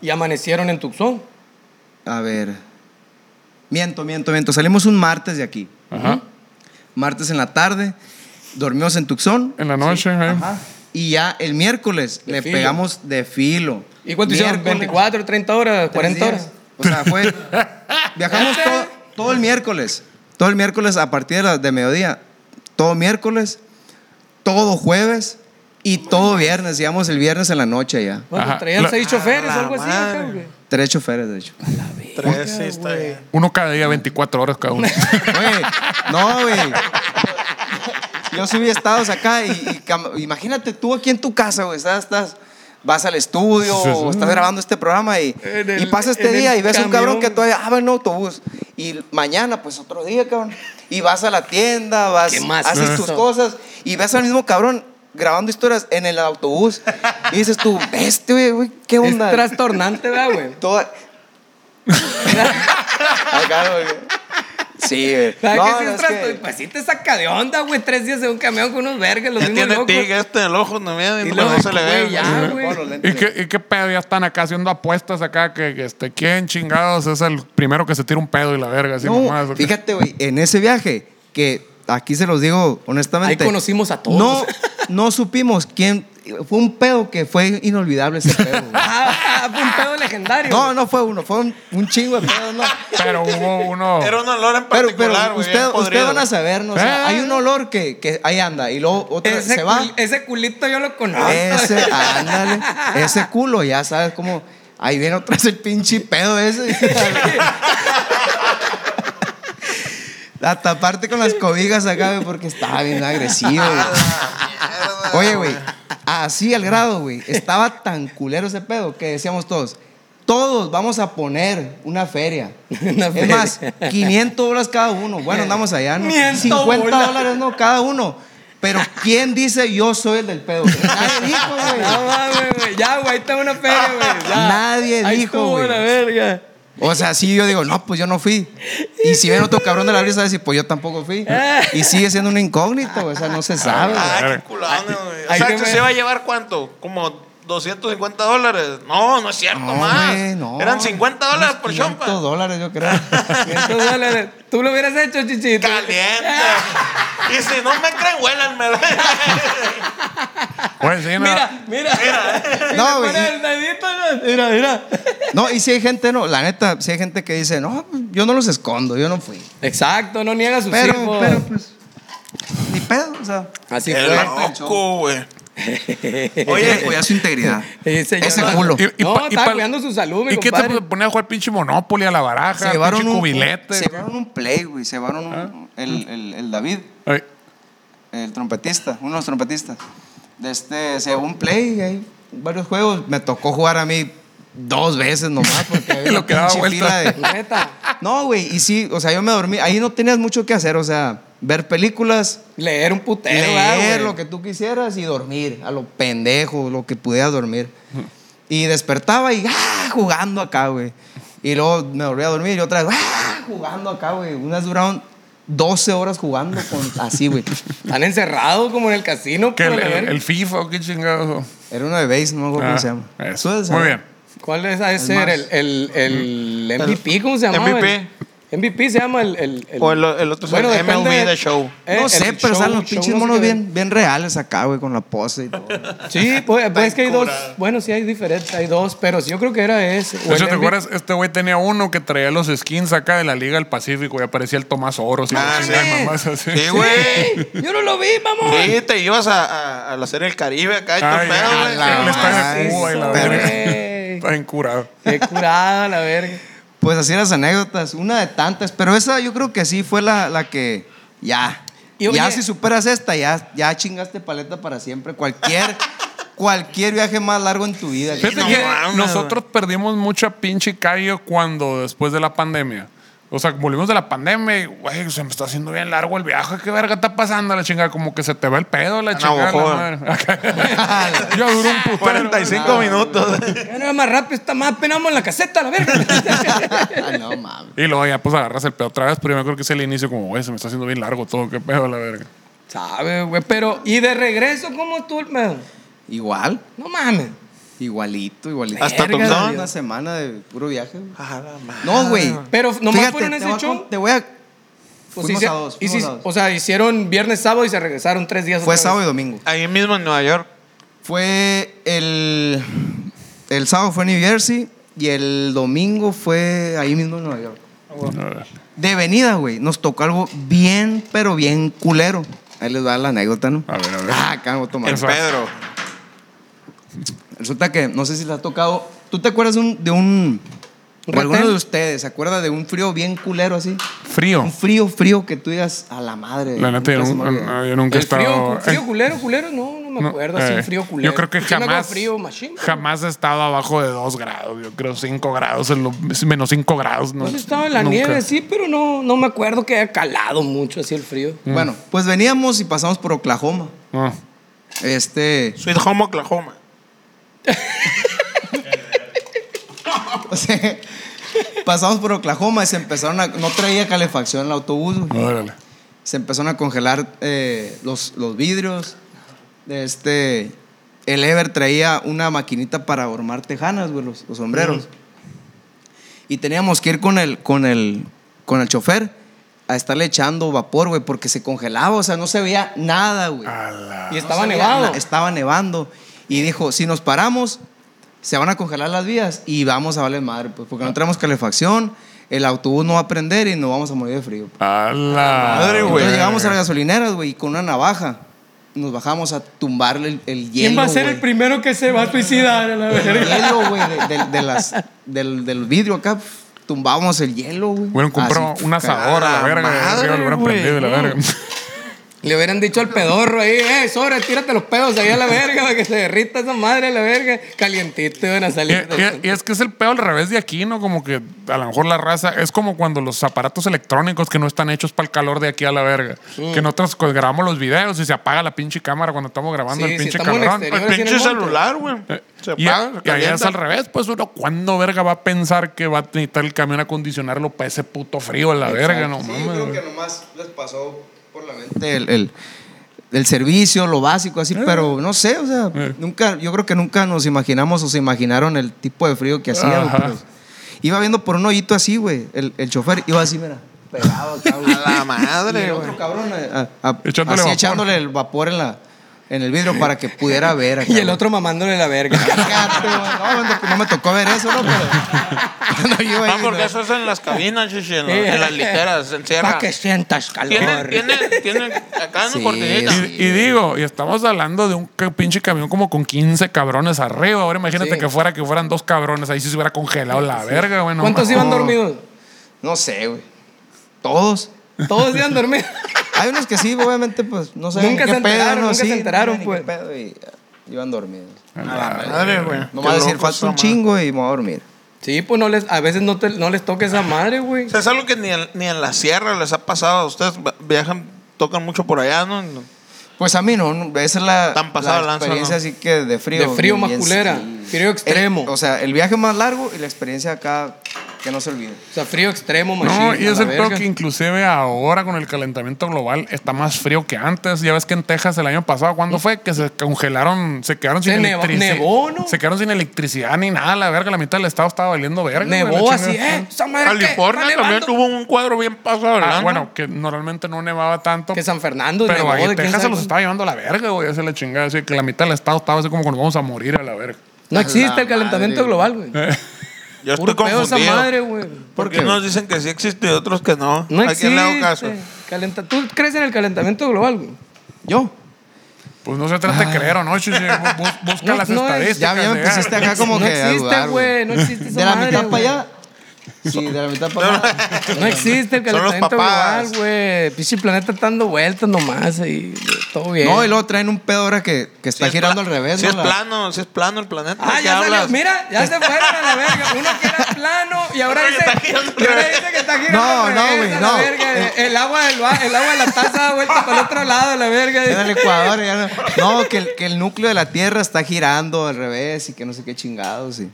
Speaker 2: Y amanecieron en Tucson.
Speaker 5: A ver. Miento, miento, miento. Salimos un martes de aquí.
Speaker 4: Ajá.
Speaker 5: Martes en la tarde. Dormimos en Tucson.
Speaker 4: En la noche. eh.
Speaker 5: Y ya el miércoles
Speaker 2: De
Speaker 5: le
Speaker 2: filo.
Speaker 5: pegamos de filo.
Speaker 2: ¿Y cuánto hicieron?
Speaker 5: Miércoles,
Speaker 2: ¿24, 30 horas,
Speaker 5: tres
Speaker 2: 40
Speaker 5: días.
Speaker 2: horas?
Speaker 5: O sea, fue. viajamos todo, todo el miércoles. Todo el miércoles a partir de, la- de mediodía. Todo miércoles. Todo jueves. Y todo viernes. Llegamos el viernes en la noche ya.
Speaker 2: Bueno,
Speaker 4: Ajá.
Speaker 2: traían
Speaker 4: La-
Speaker 2: seis choferes
Speaker 1: A
Speaker 2: o
Speaker 1: la
Speaker 2: algo así.
Speaker 1: madre.
Speaker 2: acá, güey.
Speaker 5: Tres choferes, de hecho.
Speaker 1: Tres, sí, está bien.
Speaker 4: Uno cada día, 24 horas cada uno.
Speaker 5: Güey, no, güey. Yo subí estados acá y, y cam- imagínate tú aquí en tu casa, güey. Estás, estás- vas al estudio
Speaker 4: Sí, sí.
Speaker 5: o estás grabando este programa y,
Speaker 2: En el-
Speaker 5: y pasa este
Speaker 2: en el
Speaker 5: día y ves un cabrón
Speaker 2: camión.
Speaker 5: que todavía ah, va en autobús. Y mañana, pues otro día, cabrón. Y vas a la tienda, vas,
Speaker 2: ¿Qué más
Speaker 5: haces
Speaker 2: hizo?
Speaker 5: tus cosas y ves al mismo cabrón grabando historias en el autobús. Y dices tú, este, güey, güey, ¿qué
Speaker 2: Es
Speaker 5: onda?
Speaker 2: trastornante, ¿verdad, güey?
Speaker 5: Toda- Acá, güey.
Speaker 3: Sí, güey.
Speaker 2: ¿Sabes
Speaker 3: No,
Speaker 2: qué? Sí
Speaker 3: no,
Speaker 2: es
Speaker 3: es que-
Speaker 2: trasto- Pues sí te saca de onda, güey. Tres días de un camión con unos vergas, los
Speaker 1: Ya
Speaker 2: mismos
Speaker 1: tiene
Speaker 2: locos.
Speaker 1: tigre este en el ojo también.
Speaker 2: Y
Speaker 1: Y luego
Speaker 2: luego,
Speaker 1: se le ve.
Speaker 2: güey, ya,
Speaker 5: Ah,
Speaker 2: güey.
Speaker 3: Pongo los lentes.
Speaker 4: ¿Y qué, ¿Y qué pedo? Ya están acá haciendo apuestas acá que, que, este, quién chingados es el primero que se tira un pedo y la verga, así
Speaker 5: No,
Speaker 4: nomás. o qué?
Speaker 5: fíjate, güey, en ese viaje, que aquí se los digo honestamente.
Speaker 2: Ahí conocimos a todos.
Speaker 5: No, no supimos quién. Fue un pedo que fue inolvidable ese pedo. güey.
Speaker 2: Ah, ah, fue un pedo legendario.
Speaker 5: No, no fue uno, fue un, un chingo de pedos, no.
Speaker 4: Pero hubo uno.
Speaker 1: Era un olor en
Speaker 5: Pero,
Speaker 1: particular,
Speaker 5: pero
Speaker 1: güey, bien
Speaker 5: usted, usted
Speaker 1: podrido.
Speaker 5: van a saber, ¿no? O sea,
Speaker 4: Eh.
Speaker 5: hay un olor que, que ahí anda y luego otra
Speaker 2: Ese,
Speaker 5: se va.
Speaker 2: cul- ese culito yo lo conozco.
Speaker 5: Ese, ándale, ese culo, ya sabes cómo. Ahí viene otra vez el pinche pedo ese. La taparte con las cobijas acá, güey, porque estaba bien agresivo,
Speaker 1: Ah,
Speaker 5: güey. Oye, güey, así al grado, güey. Estaba tan culero ese pedo que decíamos todos, todos vamos a poner una feria.
Speaker 2: Una
Speaker 5: es
Speaker 2: feria.
Speaker 5: más, 500 dólares cada uno. Bueno, andamos allá, ¿no?
Speaker 2: 500
Speaker 5: 50
Speaker 2: bolas.
Speaker 5: dólares, no, cada uno. Pero ¿quién dice yo soy el del pedo? Nadie dijo, güey.
Speaker 2: No mames, güey. Ya, güey, ahí está una feria, güey. ya.
Speaker 5: Nadie
Speaker 2: Ahí
Speaker 5: dijo,
Speaker 2: estuvo
Speaker 5: güey.
Speaker 2: la verga.
Speaker 5: O sea, sí, yo digo, no, pues yo no fui. Y si ven otro cabrón de la brisa, va a decir, pues yo tampoco fui. Y sigue siendo un incógnito, o sea, no se sabe.
Speaker 1: Ah,
Speaker 4: Claro.
Speaker 1: qué culón, güey. O
Speaker 2: Ay,
Speaker 1: sea,
Speaker 2: que
Speaker 1: ¿esto
Speaker 2: me-
Speaker 1: se va a llevar cuánto? Como 250 dólares. No, no es cierto,
Speaker 5: No,
Speaker 1: más.
Speaker 5: güey, no.
Speaker 1: Eran 50 dólares por
Speaker 5: 500
Speaker 1: chompa.
Speaker 5: dólares, yo creo.
Speaker 2: 500 dólares. Tú lo hubieras hecho, chichito.
Speaker 1: Caliente. Y si no me creen, huélanme.
Speaker 4: Oye, sí, no.
Speaker 2: Mira, mira. Mira,
Speaker 5: No,
Speaker 2: pone
Speaker 5: güey.
Speaker 2: el dedito, ¿no? Mira, mira.
Speaker 5: No, y si hay gente, no, la neta, si hay gente que dice, no, yo no los escondo, yo no fui.
Speaker 2: Exacto, no niega sus
Speaker 5: Pero,
Speaker 2: hijos.
Speaker 5: pero, pues, ni pedo, o sea.
Speaker 2: Así
Speaker 1: El
Speaker 2: fue.
Speaker 1: loco, güey.
Speaker 5: Oye, cuida su integridad.
Speaker 2: Sí, señor.
Speaker 5: Ese culo.
Speaker 4: Y- y
Speaker 2: no,
Speaker 4: pa- y
Speaker 2: estaba
Speaker 4: pa-
Speaker 2: cuidando su salud, mi
Speaker 4: ¿Y qué
Speaker 2: compadre.
Speaker 4: te ponía a jugar pinche Monopoly a la baraja?
Speaker 5: Se llevaron
Speaker 4: pinche
Speaker 5: un,
Speaker 4: cubilete. Ah.
Speaker 5: se llevaron un play, güey. Se llevaron un- el, el- el David,
Speaker 4: Ay,
Speaker 5: el trompetista, uno de los trompetistas. De este, se llevó un play, y hay varios juegos. Me tocó jugar a mí dos veces nomás porque había
Speaker 4: Lo
Speaker 5: una
Speaker 4: que daba
Speaker 5: pinche
Speaker 4: vuelta.
Speaker 5: fila de-
Speaker 2: Neta.
Speaker 5: No, güey, y sí, o sea, yo me dormí. Ahí no tenías mucho que hacer, o sea, ver películas,
Speaker 2: Leer un putero, ¿verdad, ah, güey.
Speaker 5: leer lo que tú quisieras y dormir, a lo pendejo, lo que pudieras dormir. Y despertaba y ¡ah! jugando acá, güey. Y luego me volví a dormir y otra vez ¡ah! jugando acá, güey. Unas duraron 12 horas jugando con, así, güey.
Speaker 2: Están encerrados como en el casino.
Speaker 4: que
Speaker 2: pero
Speaker 4: el,
Speaker 2: la
Speaker 4: el-
Speaker 2: verga.
Speaker 4: el FIFA, qué chingados.
Speaker 5: Era uno de base, no me acuerdo
Speaker 4: Ah,
Speaker 5: cómo se llama.
Speaker 4: eso.
Speaker 5: Tú debes
Speaker 4: Muy
Speaker 5: saber.
Speaker 4: bien.
Speaker 2: ¿Cuál es ese? ser?
Speaker 5: más.
Speaker 2: El, el, el
Speaker 1: Mm.
Speaker 2: MVP, ¿cómo se llama?
Speaker 1: MVP.
Speaker 2: MVP se llama el. el,
Speaker 1: O el- el otro es el
Speaker 2: depende
Speaker 1: MLB de show.
Speaker 2: Eh,
Speaker 5: no
Speaker 2: el
Speaker 5: sé, pero
Speaker 2: show-
Speaker 5: salen los
Speaker 2: show
Speaker 5: pinches
Speaker 2: no sé
Speaker 5: monos
Speaker 2: qué.
Speaker 5: bien, bien reales acá, güey, con la pose y todo.
Speaker 2: Sí, pues, pues es que hay dos.
Speaker 1: curado.
Speaker 2: Bueno, sí, hay diferentes. Hay dos, pero sí, yo creo que era ese. o
Speaker 4: De hecho,
Speaker 2: el
Speaker 4: ¿te
Speaker 2: MVP.
Speaker 4: acuerdas? Este güey tenía uno que traía los skins acá de la Liga del Pacífico y aparecía el Tomás Oros y
Speaker 1: Ah,
Speaker 4: las chingadas
Speaker 1: sí.
Speaker 4: mamás así.
Speaker 1: Sí, güey.
Speaker 2: ¡Ey! Yo no lo vi, vamos.
Speaker 1: Sí, te ibas a, a, a la serie del Caribe acá y todo
Speaker 4: Ay,
Speaker 1: el pedo,
Speaker 4: a
Speaker 1: güey.
Speaker 4: la-
Speaker 1: Sí,
Speaker 4: le está en
Speaker 2: Eso,
Speaker 4: Cuba y la
Speaker 2: güey.
Speaker 4: verga. Está bien curado.
Speaker 2: Qué curada la verga.
Speaker 5: Pues así las anécdotas, una de tantas, pero esa yo creo que sí fue la, la que ya.
Speaker 2: Y oye-
Speaker 5: ya si superas esta, ya, ya chingaste paleta para siempre. Cualquier, cualquier viaje más largo en tu vida.
Speaker 4: Fíjate
Speaker 1: no
Speaker 4: que
Speaker 1: mames,
Speaker 4: nosotros perdimos mucha pinche calle cuando después de la pandemia. O sea, volvimos de la pandemia y, güey, se me está haciendo bien largo el viaje. ¿Qué verga está pasando la chingada? Como que se te va el pedo la chingada.
Speaker 1: Navajo.
Speaker 4: la madre. ya duró un putero.
Speaker 1: 45 minutos.
Speaker 2: Ya no era más rápido, está más penamos en la caseta, la verga.
Speaker 5: Ah, no mames.
Speaker 4: Y luego ya pues agarras el pedo otra vez, pero yo me acuerdo que es el inicio como, güey, se me está haciendo bien largo todo, qué pedo la verga.
Speaker 2: Sabe, güey, pero. ¿Y de regreso cómo tú, man?
Speaker 5: Igual,
Speaker 2: No mames.
Speaker 5: igualito, igualito.
Speaker 1: Hasta
Speaker 5: Verga,
Speaker 1: Tucson.
Speaker 5: güey, Una semana de puro viaje. güey.
Speaker 1: A la madre.
Speaker 5: No, güey.
Speaker 2: Ah. Pero nomás
Speaker 5: Fíjate,
Speaker 2: fueron
Speaker 5: te
Speaker 2: ese
Speaker 5: voy a
Speaker 2: show.
Speaker 5: con- Te voy a.
Speaker 2: Pues
Speaker 5: fuimos
Speaker 2: hice-
Speaker 5: a dos.
Speaker 2: y
Speaker 5: fuimos
Speaker 2: si-
Speaker 5: a dos.
Speaker 2: O sea, hicieron viernes, sábado y se regresaron tres días.
Speaker 5: fue
Speaker 2: otra vez.
Speaker 5: sábado y domingo.
Speaker 1: Ahí mismo en Nueva York.
Speaker 5: Fue el. El sábado fue en New Jersey y el domingo fue ahí mismo en Nueva York. De venida, güey, nos tocó algo bien, pero bien culero. Ahí les va la anécdota, ¿no?
Speaker 4: A ver, a ver.
Speaker 5: Ah, acá voy a tomar.
Speaker 4: Eso.
Speaker 1: Pedro.
Speaker 5: Resulta que, no sé si les ha tocado. ¿Tú te acuerdas un- de un.
Speaker 2: ¿Un
Speaker 5: o alguno
Speaker 2: retén?
Speaker 5: de ustedes se acuerda de un frío bien culero así?
Speaker 4: Frío.
Speaker 5: Un frío, frío que tú digas a la madre.
Speaker 4: La neta, yo,
Speaker 5: nunca se
Speaker 4: nun-
Speaker 5: me olvidó".
Speaker 4: no, yo nunca he
Speaker 2: El frío,
Speaker 4: estado...
Speaker 2: cu- frío culero, culero, no, no me
Speaker 4: No,
Speaker 2: acuerdo. así,
Speaker 4: eh,
Speaker 2: frío culero.
Speaker 4: Yo creo que
Speaker 2: Sí me acuerdo
Speaker 4: jamás,
Speaker 2: frío, machín.
Speaker 4: jamás he estado abajo de 2 grados. Yo creo 5 grados, en lo- menos 5 grados. No,
Speaker 2: Pues estaba en la
Speaker 4: nunca.
Speaker 2: nieve, sí, pero no, no me acuerdo que haya calado mucho así el frío.
Speaker 5: Bueno, pues veníamos y pasamos por Oklahoma.
Speaker 4: No.
Speaker 5: Este.
Speaker 1: Sweet Home Oklahoma.
Speaker 5: O sea, pasamos por Oklahoma y se empezaron a. No traía calefacción el autobús, güey.
Speaker 4: Órale.
Speaker 5: se empezaron a congelar eh, los, los vidrios. Este, el Ever traía una maquinita para armar tejanas, güey, los, los sombreros. Y teníamos que ir con el, con el, con el chofer a estarle echando vapor, güey, porque se congelaba, o sea, no se veía nada, güey.
Speaker 4: A la-
Speaker 2: Y
Speaker 5: No
Speaker 2: estaba
Speaker 5: se veía
Speaker 2: nevado.
Speaker 5: na- Estaba nevando. Y dijo, si nos paramos, se van a congelar las vías y vamos a valer madre, pues, porque no tenemos calefacción, el autobús no va a prender y nos vamos a morir de frío.
Speaker 4: A la
Speaker 1: Madre, güey.
Speaker 5: Entonces llegamos a las gasolineras, güey, y con una navaja nos bajamos a tumbarle el, el hielo.
Speaker 2: ¿Quién va a ser
Speaker 5: güey.
Speaker 2: el primero que se va a suicidar? a la
Speaker 5: El
Speaker 2: verga?
Speaker 5: hielo, güey, de, de- de las, del, del vidrio acá. pf, Tumbábamos el hielo, güey.
Speaker 4: Hubieran
Speaker 2: Ah,
Speaker 4: comprado
Speaker 5: Así,
Speaker 4: un asador a la verga.
Speaker 1: cagada madre,
Speaker 4: y lo hubieran
Speaker 1: güey.
Speaker 4: prendido a la verga.
Speaker 2: Le hubieran dicho al pedorro ahí, eh, sobre, tírate los pedos ahí a la verga para que se derrita esa madre a la verga. Calientito iban a salir.
Speaker 4: Y- y, y es que es el peor al revés de aquí, ¿no? Como que a lo mejor la raza es como cuando los aparatos electrónicos que no están hechos para el calor de aquí a la verga. Que nosotros pues, grabamos los videos y se apaga la pinche cámara cuando estamos grabando
Speaker 2: Sí,
Speaker 4: el
Speaker 2: si
Speaker 4: pinche
Speaker 2: estamos en
Speaker 4: cabrón.
Speaker 2: exterior,
Speaker 4: Pues,
Speaker 2: así en
Speaker 1: Pinche
Speaker 2: el monte.
Speaker 1: celular, güey. Se
Speaker 4: Eh, Y, y
Speaker 1: apaga,
Speaker 4: allá es
Speaker 1: calienta.
Speaker 4: al revés, pues uno, ¿cuándo verga va a pensar que va a necesitar el camión acondicionarlo para ese puto frío a la verga? No
Speaker 5: Sí,
Speaker 4: mames.
Speaker 5: creo
Speaker 4: güey.
Speaker 5: que nomás les pasó por la mente el, el- el servicio, lo básico,
Speaker 2: Eh.
Speaker 5: así, pero no sé, o sea, nunca, yo creo que nunca nos imaginamos o se imaginaron el tipo de frío que hacía. güey,
Speaker 4: Ajá.
Speaker 5: pero iba viendo por un hoyito así, güey, el, el chofer iba así, mira, pegado acá, güey.
Speaker 1: A la
Speaker 5: Y
Speaker 1: madre,
Speaker 5: el
Speaker 1: güey.
Speaker 5: otro cabrón a- a-
Speaker 4: Echándole
Speaker 5: así
Speaker 4: vapor.
Speaker 5: echándole el vapor en, la, en el vidrio para que pudiera ver. acá,
Speaker 2: Y el
Speaker 5: güey.
Speaker 2: otro mamándole la verga.
Speaker 5: Cállate, güey. No, no, no me tocó ver eso, ¿no? Pero cuando yo iba
Speaker 1: Ah,
Speaker 5: ahí,
Speaker 1: porque
Speaker 5: no.
Speaker 1: eso es en las cabinas, chichi, en, la- en las literas, se encierra.
Speaker 2: Para que sientas
Speaker 1: Tienen,
Speaker 2: calor.
Speaker 1: tienen, tienen acá en
Speaker 5: Sí,
Speaker 1: cortinita.
Speaker 5: sí.
Speaker 4: Y, y digo, y estamos hablando de un ca- pinche camión como con 15 cabrones arriba. Ahora imagínate
Speaker 5: Sí.
Speaker 4: que fuera que fueran dos cabrones, ahí sí se hubiera congelado la verga, güey. no
Speaker 2: ¿Cuántos
Speaker 4: mames.
Speaker 2: iban dormidos?
Speaker 5: No sé, güey. Todos.
Speaker 2: Todos iban dormidos.
Speaker 5: Hay unos que sí, obviamente, pues no sé.
Speaker 2: Nunca se enteraron, nunca se enteraron, pues.
Speaker 5: y eh, iban dormidos.
Speaker 1: A la madre, güey.
Speaker 5: No
Speaker 1: Ah, Qué
Speaker 5: va a decir,
Speaker 1: loco
Speaker 5: falta
Speaker 1: esa
Speaker 5: un
Speaker 1: madre.
Speaker 5: chingo y me voy a dormir.
Speaker 2: Sí, pues no les, a veces no, te- no les toca esa madre, güey.
Speaker 1: O sea, es algo que ni en, ni en la sierra les ha pasado. Ustedes va- viajan, tocan mucho por allá, ¿no?
Speaker 5: Pues a mí no, no, esa es la,
Speaker 1: Tan pasada
Speaker 5: la
Speaker 1: lanza,
Speaker 5: experiencia
Speaker 1: ¿no?
Speaker 5: así que de frío.
Speaker 2: De frío
Speaker 5: bien- bien-
Speaker 2: masculera,
Speaker 5: sí.
Speaker 2: frío extremo.
Speaker 5: El- o sea, el viaje más largo y la experiencia acá que no se olvide.
Speaker 2: O sea, frío extremo, machín.
Speaker 4: No, y
Speaker 2: Pues a
Speaker 4: es
Speaker 2: la
Speaker 4: el peor
Speaker 2: verga.
Speaker 4: que inclusive ahora con el calentamiento global está más frío que antes. Ya ves que en Texas el año pasado, ¿cuándo fue? Que se congelaron, se quedaron
Speaker 2: Se
Speaker 4: sin
Speaker 2: nevó-
Speaker 4: electricidad.
Speaker 2: nevó, ¿no?
Speaker 4: Se quedaron sin electricidad ni nada, la verga. La mitad del estado estaba valiendo verga. güey, la
Speaker 2: Nevó así,
Speaker 4: chingada.
Speaker 2: eh. Esa madre que
Speaker 1: California
Speaker 2: está
Speaker 1: también
Speaker 2: nevando.
Speaker 1: tuvo un cuadro bien pasado,
Speaker 4: Ah,
Speaker 1: ¿verdad?
Speaker 4: bueno, que normalmente no nevaba tanto.
Speaker 2: Que San Fernando
Speaker 4: Pero
Speaker 2: nevó de
Speaker 4: ahí
Speaker 2: quién
Speaker 4: Texas se
Speaker 2: sabe
Speaker 4: los
Speaker 2: cuándo.
Speaker 4: estaba llevando a la verga, güey. Así la chingada. Así que la mitad del estado estaba así como cuando vamos a morir a la verga.
Speaker 2: No
Speaker 5: A
Speaker 2: existe
Speaker 5: la
Speaker 2: el calentamiento
Speaker 5: madre,
Speaker 2: global, güey.
Speaker 1: Yo estoy
Speaker 2: Puro pedo esa
Speaker 1: confundido.
Speaker 2: madre, güey.
Speaker 1: Porque unos dicen que sí existe y otros que no.
Speaker 2: No
Speaker 1: ¿A quién le hago caso?
Speaker 2: existe. Calenta- ¿Tú crees en el calentamiento global, güey?
Speaker 5: Yo.
Speaker 4: Pues no se trata de creer o no, Chuchi. Bu- bu- Busca
Speaker 2: Ah. No,
Speaker 4: las
Speaker 2: no es-
Speaker 4: estadísticas. ¿eh?
Speaker 5: Ya, ya me
Speaker 4: de-
Speaker 5: pusiste acá como
Speaker 2: no
Speaker 5: que. a
Speaker 2: existe,
Speaker 5: dudar,
Speaker 2: güey. No existe esa
Speaker 5: De la
Speaker 2: madre,
Speaker 5: mitad para
Speaker 2: güey.
Speaker 5: allá. Sí, de la mitad para allá.
Speaker 2: No existe el
Speaker 1: Son los
Speaker 2: calentamiento global,
Speaker 1: papás.
Speaker 2: güey. Pinche planeta está dando vueltas nomás y todo bien.
Speaker 5: No, y luego traen un pedo ahora que, que
Speaker 1: Si
Speaker 5: está
Speaker 1: es
Speaker 5: girando
Speaker 1: pla-
Speaker 5: al revés.
Speaker 1: Si
Speaker 5: ¿no?
Speaker 1: es
Speaker 5: La-
Speaker 1: plano, si es plano el planeta.
Speaker 2: Ah,
Speaker 1: ¿de qué
Speaker 2: ya salió.
Speaker 1: hablas?
Speaker 2: Mira, ya se fueron a la verga. Uno que era plano y ahora
Speaker 1: Otro que
Speaker 2: dice,
Speaker 1: está girando al
Speaker 2: y ahora
Speaker 1: revés.
Speaker 2: dice que está girando.
Speaker 5: No,
Speaker 2: al
Speaker 5: no,
Speaker 2: revés
Speaker 5: güey,
Speaker 2: a la
Speaker 5: no. Eh,
Speaker 2: verga. El, agua del ba- el agua de la taza da vuelta para el otro lado, a la verga.
Speaker 5: Era el Ecuador. ya no, no, que el, que el núcleo de la Tierra está girando al revés y que no sé qué chingados. Y...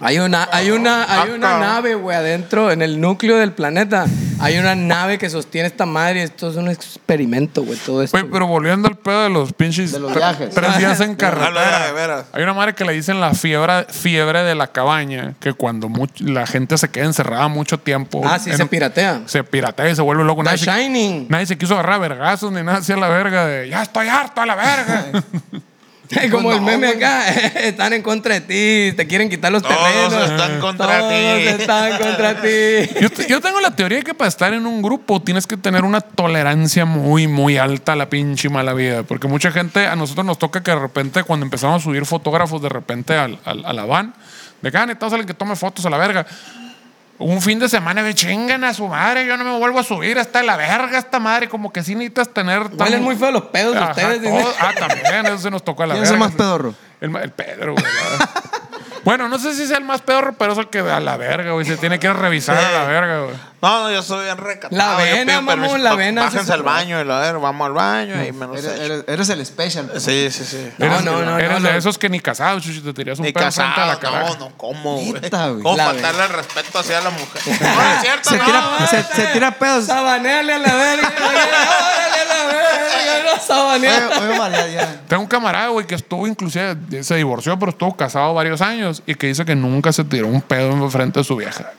Speaker 2: Hay una, hay una, hay una
Speaker 1: cabrón.
Speaker 2: nave, güey, adentro, en el núcleo del planeta. Hay una nave que sostiene esta madre. Esto es un experimento, güey, todo esto.
Speaker 4: Güey, pero volviendo al pedo de los pinches
Speaker 5: De los
Speaker 4: tre-
Speaker 5: viajes.
Speaker 4: tres días en
Speaker 1: Habla de la de
Speaker 4: carretera.
Speaker 1: veras.
Speaker 4: Hay una madre que le dicen la fiebre, fiebre de la cabaña, que cuando much- la gente se queda encerrada mucho tiempo.
Speaker 2: Ah, sí,
Speaker 4: en-
Speaker 2: se piratea.
Speaker 4: Se piratea y se vuelve loco.
Speaker 2: The
Speaker 4: Nadie se,
Speaker 2: Shining.
Speaker 4: nadie se quiso agarrar a vergazos ni nada así a la verga de ya estoy harto a la verga.
Speaker 2: Como
Speaker 5: Pues
Speaker 2: el
Speaker 5: no,
Speaker 2: meme
Speaker 5: güey.
Speaker 2: acá. Están en contra de ti. Te quieren quitar los
Speaker 1: Todos
Speaker 2: terrenos.
Speaker 1: están contra
Speaker 2: Todos
Speaker 1: ti.
Speaker 2: están contra ti.
Speaker 4: yo, te- yo tengo la teoría que para estar en un grupo tienes que tener una tolerancia muy, muy alta a la pinche mala vida. Porque mucha gente, a nosotros nos toca que de repente, cuando empezamos a subir fotógrafos, de repente al, al- a la van, de que ah, necesitamos a alguien que tome fotos a la verga. Un fin de semana me chingan a su madre, yo no me vuelvo a subir hasta la verga, esta madre, como que sí necesitas tener.
Speaker 2: Huelen muy feo los pedos de
Speaker 4: Ajá, Oh,
Speaker 2: ustedes.
Speaker 4: todo-
Speaker 2: dice.
Speaker 4: ah, también, eso se nos tocó a la
Speaker 5: ¿Quién
Speaker 4: verga.
Speaker 5: es el más pedorro?
Speaker 4: El, ma- el Pedro, güey. la verdad. Bueno, no sé si sea el más peor, pero es el que a la verga, güey. Se tiene que revisar a la verga, güey.
Speaker 1: No, no, yo soy bien recatado.
Speaker 2: La
Speaker 1: yo pido
Speaker 2: vena, mamón,
Speaker 1: permiso.
Speaker 2: la vena, sí,
Speaker 1: Bájense
Speaker 2: sí,
Speaker 1: al
Speaker 2: sí.
Speaker 1: baño y la ver, vamos al baño y me los
Speaker 5: Eres,
Speaker 1: echo.
Speaker 5: eres- eres el special. pues.
Speaker 1: Sí, sí, sí.
Speaker 2: No,
Speaker 4: eres
Speaker 2: no, no,
Speaker 4: eres
Speaker 2: no,
Speaker 4: de
Speaker 2: no.
Speaker 4: esos que ni casados, chuchi, te tirías un
Speaker 1: Ni
Speaker 4: perro frente a la
Speaker 1: casado,
Speaker 4: cara.
Speaker 1: no, no, ¿cómo, güey?
Speaker 5: Neta, güey.
Speaker 1: ¿Cómo
Speaker 2: La
Speaker 1: faltarle el respeto hacia la mujer? No, es cierto,
Speaker 5: Se
Speaker 1: no.
Speaker 5: tira-
Speaker 1: güey.
Speaker 5: se- tira pedos.
Speaker 2: Sabaneale a la verga. Órale a la verga. No
Speaker 5: Oye,
Speaker 2: sabaneale.
Speaker 5: oye, vale, ya.
Speaker 4: Tengo un camarada, güey, que estuvo inclusive, se divorció, pero estuvo casado varios años y que dice que nunca se tiró un pedo en frente de su vieja.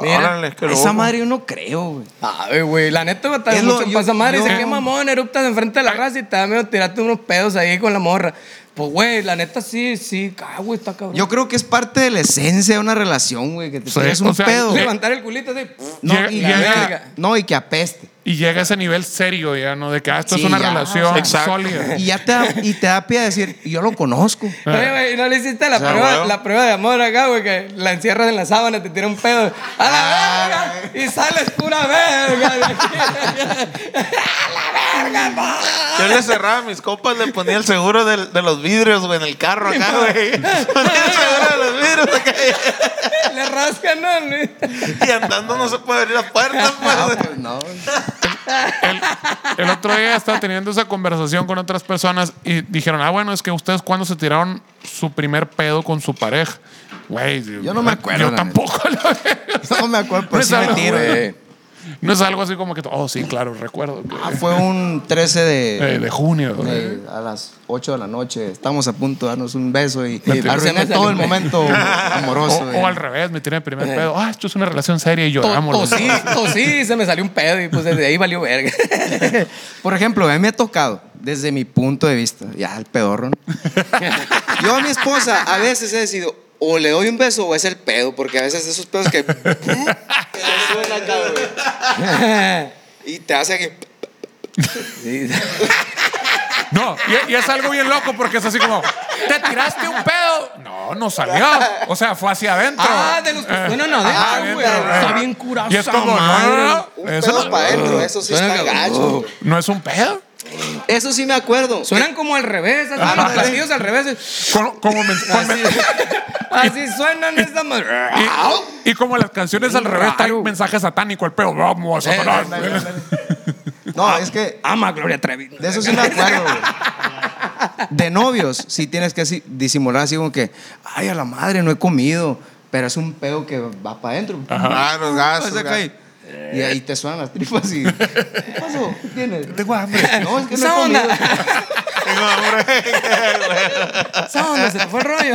Speaker 2: Mira,
Speaker 1: Órale, qué
Speaker 5: Esa
Speaker 1: loco.
Speaker 5: madre yo no creo, güey.
Speaker 2: Ay, güey, la neta, güey,
Speaker 5: Es
Speaker 2: también
Speaker 5: lo-
Speaker 2: mucho
Speaker 5: yo-
Speaker 2: pasa madre. Dice,
Speaker 5: yo-
Speaker 2: qué mamón, eruptas enfrente de la raza y te da miedo tirarte unos pedos ahí con la morra. Pues, güey, la neta sí, sí, ah, güey, está cabrón.
Speaker 5: Yo creo que es parte de la esencia de una relación, güey. Que te
Speaker 4: Sí,
Speaker 5: tires
Speaker 4: o
Speaker 5: un
Speaker 4: sea,
Speaker 5: pedo.
Speaker 4: le-
Speaker 2: Levantar el culito así.
Speaker 5: No,
Speaker 4: Llega-
Speaker 5: y,
Speaker 2: llega-
Speaker 5: y que, no, y que apeste.
Speaker 4: Y llega a ese nivel serio ya, ¿no? De que ah, esto es
Speaker 5: Sí,
Speaker 4: una
Speaker 5: ya,
Speaker 4: relación
Speaker 1: exacto.
Speaker 4: sólida.
Speaker 5: Y ya te da, y te da pie a decir, yo lo conozco.
Speaker 2: Oye, güey, no le hiciste la,
Speaker 1: sea,
Speaker 2: prueba,
Speaker 1: huevo.
Speaker 2: la prueba de amor acá, güey, que la encierras en la sábana, te tira un pedo. ¡A la verga! Y sales pura verga. de aquí.
Speaker 1: Yo le cerraba mis copas, le ponía el seguro del- de los vidrios, güey, en el carro acá, güey. Ponía el seguro de los vidrios acá.
Speaker 2: Le rascan, ¿no? Luis?
Speaker 1: Y andando no se puede abrir las puertas,
Speaker 2: Ah,
Speaker 5: No,
Speaker 1: pues.
Speaker 5: pues, no. güey.
Speaker 4: El, el otro día estaba teniendo esa conversación con otras personas y dijeron, ah, bueno, es que ustedes cuando se tiraron su primer pedo con su pareja. Güey,
Speaker 5: Yo no me acuerdo,
Speaker 4: Yo
Speaker 5: la
Speaker 4: tampoco. la verga.
Speaker 5: No me acuerdo, pero sí
Speaker 4: Esa
Speaker 5: me
Speaker 4: no,
Speaker 5: tiro.
Speaker 4: güey. No es algo así como que, oh, sí, claro, recuerdo. que-
Speaker 5: Ah, fue un 13 de,
Speaker 4: eh, de junio. güey.
Speaker 5: de- a las 8 de la noche. Estamos a punto de darnos un beso y
Speaker 2: Me tiré.
Speaker 5: arruiné todo el momento
Speaker 4: O,
Speaker 5: amoroso. güey.
Speaker 4: o al revés, me tiré el primer pedo. Ah, esto es una relación seria y "Ah, lloramos. los
Speaker 2: Tosí,
Speaker 4: dos.
Speaker 2: tosí, se me salió un pedo y pues desde ahí valió verga.
Speaker 5: Por ejemplo, a mí me ha tocado, desde mi punto de vista, ya el pedorro. ¿no? Yo a mi esposa a veces he decidido, o le doy un beso o es el pedo, porque a veces esos pedos que. que le suena acá, güey, Y te hace que.
Speaker 2: Sí.
Speaker 4: No, y, y es algo bien loco porque es así como, ¿te tiraste un pedo? No, no salió. O sea, fue hacia adentro.
Speaker 2: Ah, de los que suenan adentro, güey. Está bien curado
Speaker 4: ah. Y es
Speaker 2: esa
Speaker 4: como, no, no, no,
Speaker 2: madre.
Speaker 4: no,
Speaker 5: Un
Speaker 4: eso
Speaker 5: pedo
Speaker 4: no,
Speaker 5: para adentro, eso sí
Speaker 2: Suena
Speaker 5: está
Speaker 2: que-
Speaker 5: gacho. güey.
Speaker 4: no es un pedo.
Speaker 5: Eso sí me acuerdo.
Speaker 2: Suenan como al revés, así los platillos al revés.
Speaker 4: Como, como men- con men-
Speaker 2: Así suenan esas madres.
Speaker 4: y, y como las canciones al revés, trae un mensaje satánico al pedo. Vamos,
Speaker 2: Eh,
Speaker 4: Satanás.
Speaker 2: ándale,
Speaker 5: No, es que
Speaker 2: Ama a Gloria Trevi.
Speaker 5: de eso sí me acuerdo. güey. De novios, sí tienes que así- disimular así como que, ay, a la madre, no he comido. Pero es un pedo que va para adentro.
Speaker 1: Ah, los
Speaker 5: O
Speaker 1: gases,
Speaker 2: Pues,
Speaker 5: sea, que
Speaker 1: gases.
Speaker 5: ahí- Y ahí te suenan las tripas y. ¿Qué pasó? ¿Qué tienes? Tengo hambre. No, es que no he
Speaker 2: Esa
Speaker 5: comido.
Speaker 2: onda.
Speaker 1: Tengo hambre.
Speaker 2: Esa onda, se te fue el rollo.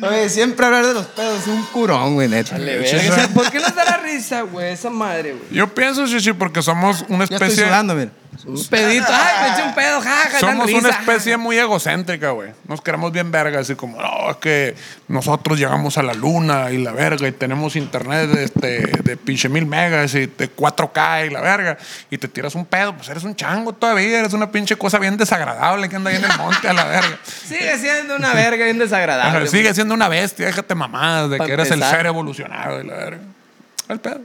Speaker 5: Oye, siempre hablar de los pedos es un curón, güey, neta.
Speaker 2: O sea, ¿Por qué nos da la risa, güey? Esa madre, güey.
Speaker 4: Yo pienso, Shishi, porque somos una
Speaker 5: Ya estoy
Speaker 4: especie.
Speaker 5: sudando, mira.
Speaker 2: Un pedito. Ay, me eché un pedo, jaja. dan
Speaker 4: Somos
Speaker 2: risa.
Speaker 4: una especie muy egocéntrica, güey. Nos queremos bien verga, así como, no, es que nosotros llegamos a la luna y la verga y tenemos internet este, de pinche mil megas y de 4K y la verga. Y te tiras un pedo, pues eres un chango todavía, eres una pinche cosa bien desagradable que anda ahí en el monte a la verga.
Speaker 2: Sigue siendo una verga bien
Speaker 4: Ajá,
Speaker 2: desagradable.
Speaker 4: sigue siendo una bestia, déjate mamadas de
Speaker 2: Pa'
Speaker 4: que eres el
Speaker 2: empezar.
Speaker 4: ser evolucionado y la verga. Al pedo.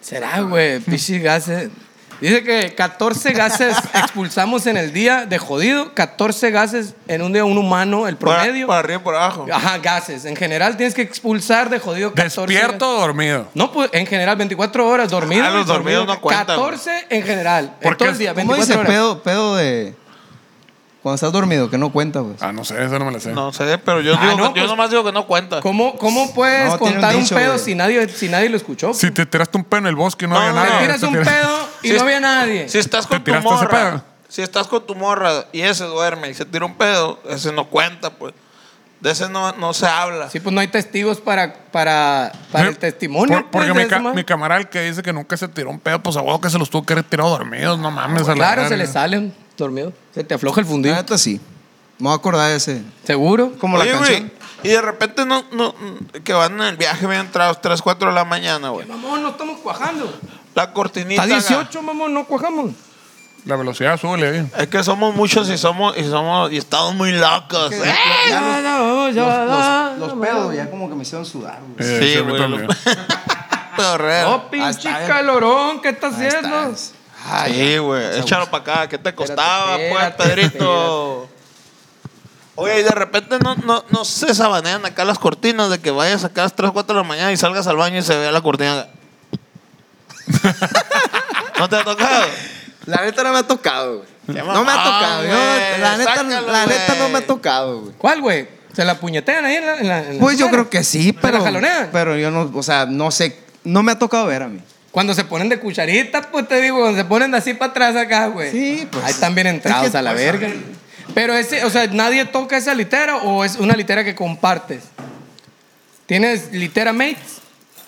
Speaker 2: Será, güey, pichi gases. Dice que 14 gases expulsamos en el día de jodido, 14 gases en un día un humano, el
Speaker 1: Por,
Speaker 2: promedio. Ah.
Speaker 1: por arriba y por abajo.
Speaker 2: Ajá, gases. En general tienes que expulsar de jodido 14.
Speaker 4: ¿Despierto o dormido?
Speaker 2: No, pues en general 24 horas dormido.
Speaker 1: Ah, los dormidos no cuentan,
Speaker 2: 14 en general.
Speaker 4: ¿Por
Speaker 2: en todo
Speaker 4: qué?
Speaker 2: el día,
Speaker 5: ¿Cómo
Speaker 2: 24
Speaker 5: dice
Speaker 2: horas.
Speaker 5: pedo, pedo de. Cuando estás dormido, que no cuenta, pues.
Speaker 4: Ah, no sé, eso no me la sé.
Speaker 1: No sé, pero yo,
Speaker 2: Ah,
Speaker 1: digo,
Speaker 2: no,
Speaker 1: que- yo
Speaker 2: pues-
Speaker 1: nomás digo que no cuenta.
Speaker 2: ¿Cómo, cómo puedes
Speaker 5: No, tiene un
Speaker 2: contar un,
Speaker 5: dicho,
Speaker 2: pedo
Speaker 5: güey.
Speaker 2: si nadie, si nadie lo escuchó?
Speaker 4: Si te tiraste un pedo en el bosque, no,
Speaker 1: No,
Speaker 4: había
Speaker 1: no,
Speaker 4: nada.
Speaker 2: te tiras
Speaker 4: Te
Speaker 2: un
Speaker 4: tiras-
Speaker 2: pedo y
Speaker 1: Si
Speaker 2: no
Speaker 1: es-
Speaker 2: había nadie.
Speaker 1: Si estás
Speaker 4: ¿Te
Speaker 1: con tu
Speaker 4: tiraste ese pedo?
Speaker 1: morra, si estás con tu morra y ese duerme y se tira un pedo, ese no cuenta, pues. De ese no, no se habla.
Speaker 2: Sí, pues no hay testigos para, para, para el
Speaker 4: Por-
Speaker 2: testimonio.
Speaker 4: por- porque
Speaker 2: pues, de
Speaker 4: mi,
Speaker 2: esa
Speaker 4: ca-
Speaker 2: madre.
Speaker 4: mi camarada el que dice que nunca se tiró un pedo, pues a huevo que se los tuvo que haber tirado dormidos, no mames.
Speaker 5: Pues
Speaker 4: a la
Speaker 2: Claro, se
Speaker 4: verga.
Speaker 2: le salen dormido. Se te afloja el
Speaker 5: La
Speaker 2: fundido.
Speaker 5: neta sí. Me voy a acordar de ese.
Speaker 2: ¿Seguro?
Speaker 5: Ah, Como la
Speaker 1: Oye, güey,
Speaker 5: canción.
Speaker 1: Y de repente no, no, que van en el viaje bien entrados, 3, 4 de la mañana, güey.
Speaker 2: Eh, Mamón, no estamos cuajando. Eh,
Speaker 1: La cortinita.
Speaker 2: Está
Speaker 1: acá.
Speaker 2: 18, mamón, no cuajamos.
Speaker 4: La velocidad eh. sube, ahí.
Speaker 1: Es que somos muchos y somos, y somos, y estamos muy locos. ¿eh?
Speaker 5: Ya los-
Speaker 2: Los,
Speaker 5: los, los pedos ya como que me hicieron sudar, güey.
Speaker 4: Eh,
Speaker 1: Sí,
Speaker 4: se me
Speaker 1: güey.
Speaker 4: también.
Speaker 1: lo- Pedorreo.
Speaker 2: Oh, pinche
Speaker 5: Hasta-
Speaker 2: calorón, ¿qué está
Speaker 5: eh. Ahí
Speaker 1: eh.
Speaker 2: haciendo?
Speaker 5: estás.
Speaker 1: sí, güey. Échalo para acá. ¿Qué te costaba,
Speaker 2: espérate,
Speaker 1: pues, Pedrito? Oye, y de repente no, no, no se sabanean acá las cortinas de que vayas acá a las 3 4 de la mañana y salgas al baño y se vea la cortina. ¿No te ha tocado?
Speaker 3: La neta no me ha tocado, güey.
Speaker 1: Qué
Speaker 3: No me ha
Speaker 1: mamón,
Speaker 3: tocado. yo,
Speaker 1: güey.
Speaker 3: la neta,
Speaker 1: Sácalo,
Speaker 3: la neta no
Speaker 1: güey.
Speaker 3: me ha tocado, güey.
Speaker 2: ¿Cuál, güey? ¿Se la puñetean ahí en la, en la- en la
Speaker 5: Pues yo
Speaker 2: cara?
Speaker 5: creo que sí,
Speaker 2: la
Speaker 5: pero.
Speaker 2: jalonean?
Speaker 5: Pero yo no, o sea, no sé. No me ha tocado ver a mí.
Speaker 2: Cuando se ponen de cucharitas, pues te digo, cuando se ponen de así para atrás acá, güey.
Speaker 5: Sí, pues.
Speaker 2: Ahí están bien entrados
Speaker 5: Es que,
Speaker 2: a la
Speaker 5: pues,
Speaker 2: verga. Pero ese, o sea, nadie toca esa litera o es una litera que compartes. ¿Tienes litera mates?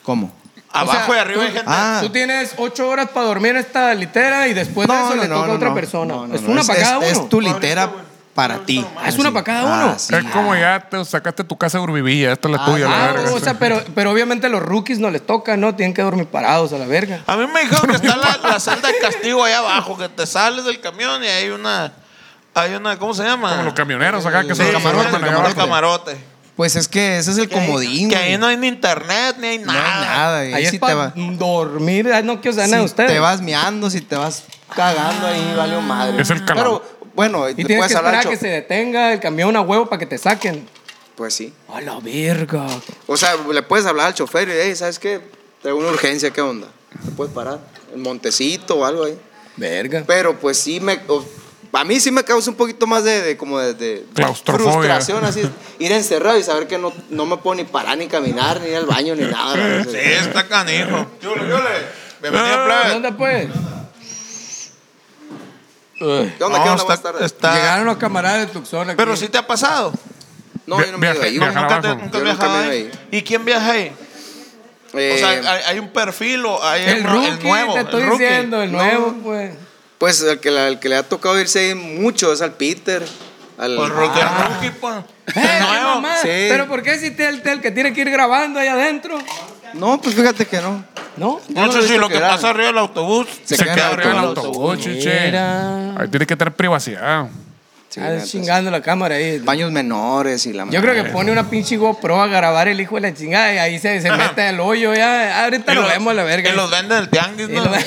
Speaker 5: ¿Cómo?
Speaker 1: Abajo
Speaker 2: sea,
Speaker 1: y arriba hay
Speaker 2: tú-
Speaker 1: gente.
Speaker 5: Ah.
Speaker 2: Tú tienes ocho horas para dormir en esta litera y después de Pues eso le toca a otra
Speaker 5: no.
Speaker 2: persona.
Speaker 5: No, no,
Speaker 2: es
Speaker 5: no.
Speaker 2: una para cada uno.
Speaker 5: Es tu litera para ti.
Speaker 2: Ah, es una para cada uno.
Speaker 5: Ah, sí.
Speaker 4: Es como ya te sacaste tu casa de Urbivilla, esta es la tuya, la
Speaker 2: Ah,
Speaker 4: verga.
Speaker 2: o sea, pero, pero obviamente los rookies no les toca, ¿no? Tienen que dormir parados a la verga.
Speaker 1: A mí me dijeron que está la, la celda de castigo ahí abajo, que te sales del camión y hay una. Hay una, ¿cómo se llama?
Speaker 4: Como los camioneros acá que
Speaker 1: Sí,
Speaker 4: son
Speaker 1: el
Speaker 4: camarotes.
Speaker 1: camarote.
Speaker 4: allá
Speaker 1: El
Speaker 4: abajo.
Speaker 1: camarote.
Speaker 5: Pues es que ese es el
Speaker 1: Que ahí-
Speaker 5: comodín.
Speaker 1: Que
Speaker 5: güey.
Speaker 1: ahí no hay ni internet, ni hay
Speaker 5: No hay
Speaker 1: nada.
Speaker 5: nada.
Speaker 2: Ahí,
Speaker 5: güey.
Speaker 2: es
Speaker 5: Si te
Speaker 2: para
Speaker 5: va-
Speaker 2: dormir. Ay, no quiero saber nada de
Speaker 5: si
Speaker 2: ustedes.
Speaker 5: te vas meando, si te vas cagando ahí, vale madre.
Speaker 4: Es el calor.
Speaker 5: Pero bueno, te
Speaker 2: y tienes que
Speaker 5: puedes
Speaker 2: esperar
Speaker 5: hablar.
Speaker 2: a que
Speaker 5: cho-
Speaker 2: se detenga el camión a huevo para que te saquen.
Speaker 3: Pues sí.
Speaker 2: A la verga.
Speaker 3: O sea, le puedes hablar al chofer y, hey, ¿sabes qué? Tengo una urgencia, ¿qué onda? ¿Me puedes parar? En Montecito o algo ahí.
Speaker 2: Verga.
Speaker 3: Pero pues sí me... o- a mí sí me causa un poquito más de, de como de, de
Speaker 4: Claustrofobia.
Speaker 3: frustración así ir encerrado y saber que no, no me puedo ni parar ni caminar ni ir al baño ni nada. ¿no? O
Speaker 1: Sí,
Speaker 3: sea,
Speaker 1: está canijo. Yule, yule. Bienvenido,
Speaker 2: ¿Dónde
Speaker 1: plebe.
Speaker 2: pues?
Speaker 3: ¿Qué onda?
Speaker 1: No,
Speaker 3: ¿Qué onda?
Speaker 1: está-
Speaker 3: Buenas tardes.
Speaker 1: está-
Speaker 2: Llegaron los camaradas de Tucson. aquí.
Speaker 1: Pero si te ha pasado.
Speaker 3: No, yo no me
Speaker 4: Viaje-
Speaker 3: iba ahí, güey.
Speaker 4: viajar
Speaker 1: Nunca, te,
Speaker 4: abajo.
Speaker 1: nunca
Speaker 3: Yo
Speaker 1: has
Speaker 3: nunca
Speaker 1: viajado
Speaker 3: me he
Speaker 1: ahí.
Speaker 3: ido ahí.
Speaker 1: ¿Y quién viaja ahí? o
Speaker 3: Eh,
Speaker 1: sea, hay, hay un perfil o hay
Speaker 2: el
Speaker 1: uno-
Speaker 2: rookie,
Speaker 1: el nuevo.
Speaker 2: te estoy
Speaker 1: el rookie.
Speaker 2: diciendo, el
Speaker 3: No.
Speaker 2: nuevo, pues.
Speaker 3: Pues el que, la- el que le ha tocado irse ahí mucho es al Peter. Al, Ah,
Speaker 1: Pues rookie, el rookie, pues.
Speaker 2: Eh,
Speaker 1: El nuevo.
Speaker 2: mamá,
Speaker 3: sí.
Speaker 2: Pero ¿por qué si te el, el que tiene que ir grabando ahí adentro?
Speaker 5: No, pues fíjate que no.
Speaker 2: ¿No? Ah,
Speaker 1: No
Speaker 5: no
Speaker 1: sé
Speaker 5: lo he
Speaker 1: si
Speaker 5: visto
Speaker 1: lo que
Speaker 5: quedar.
Speaker 1: pasa arriba del autobús
Speaker 4: Se queda arriba del
Speaker 5: autobús.
Speaker 4: autobús, chiche.
Speaker 2: Mira.
Speaker 4: Ahí tiene que tener privacidad.
Speaker 3: Sí,
Speaker 2: Ah,
Speaker 3: la neta, sí.
Speaker 2: chingando la cámara ahí.
Speaker 5: Baños menores y la
Speaker 2: Yo creo que pone una pinche GoPro a grabar el hijo de la chingada y ahí se, se mete el hoyo ya. Ahorita
Speaker 1: Y
Speaker 2: lo
Speaker 1: lo-
Speaker 2: vemos a la verga.
Speaker 1: Y los venden el tianguis,
Speaker 2: Y
Speaker 1: ¿no?
Speaker 2: lo ve-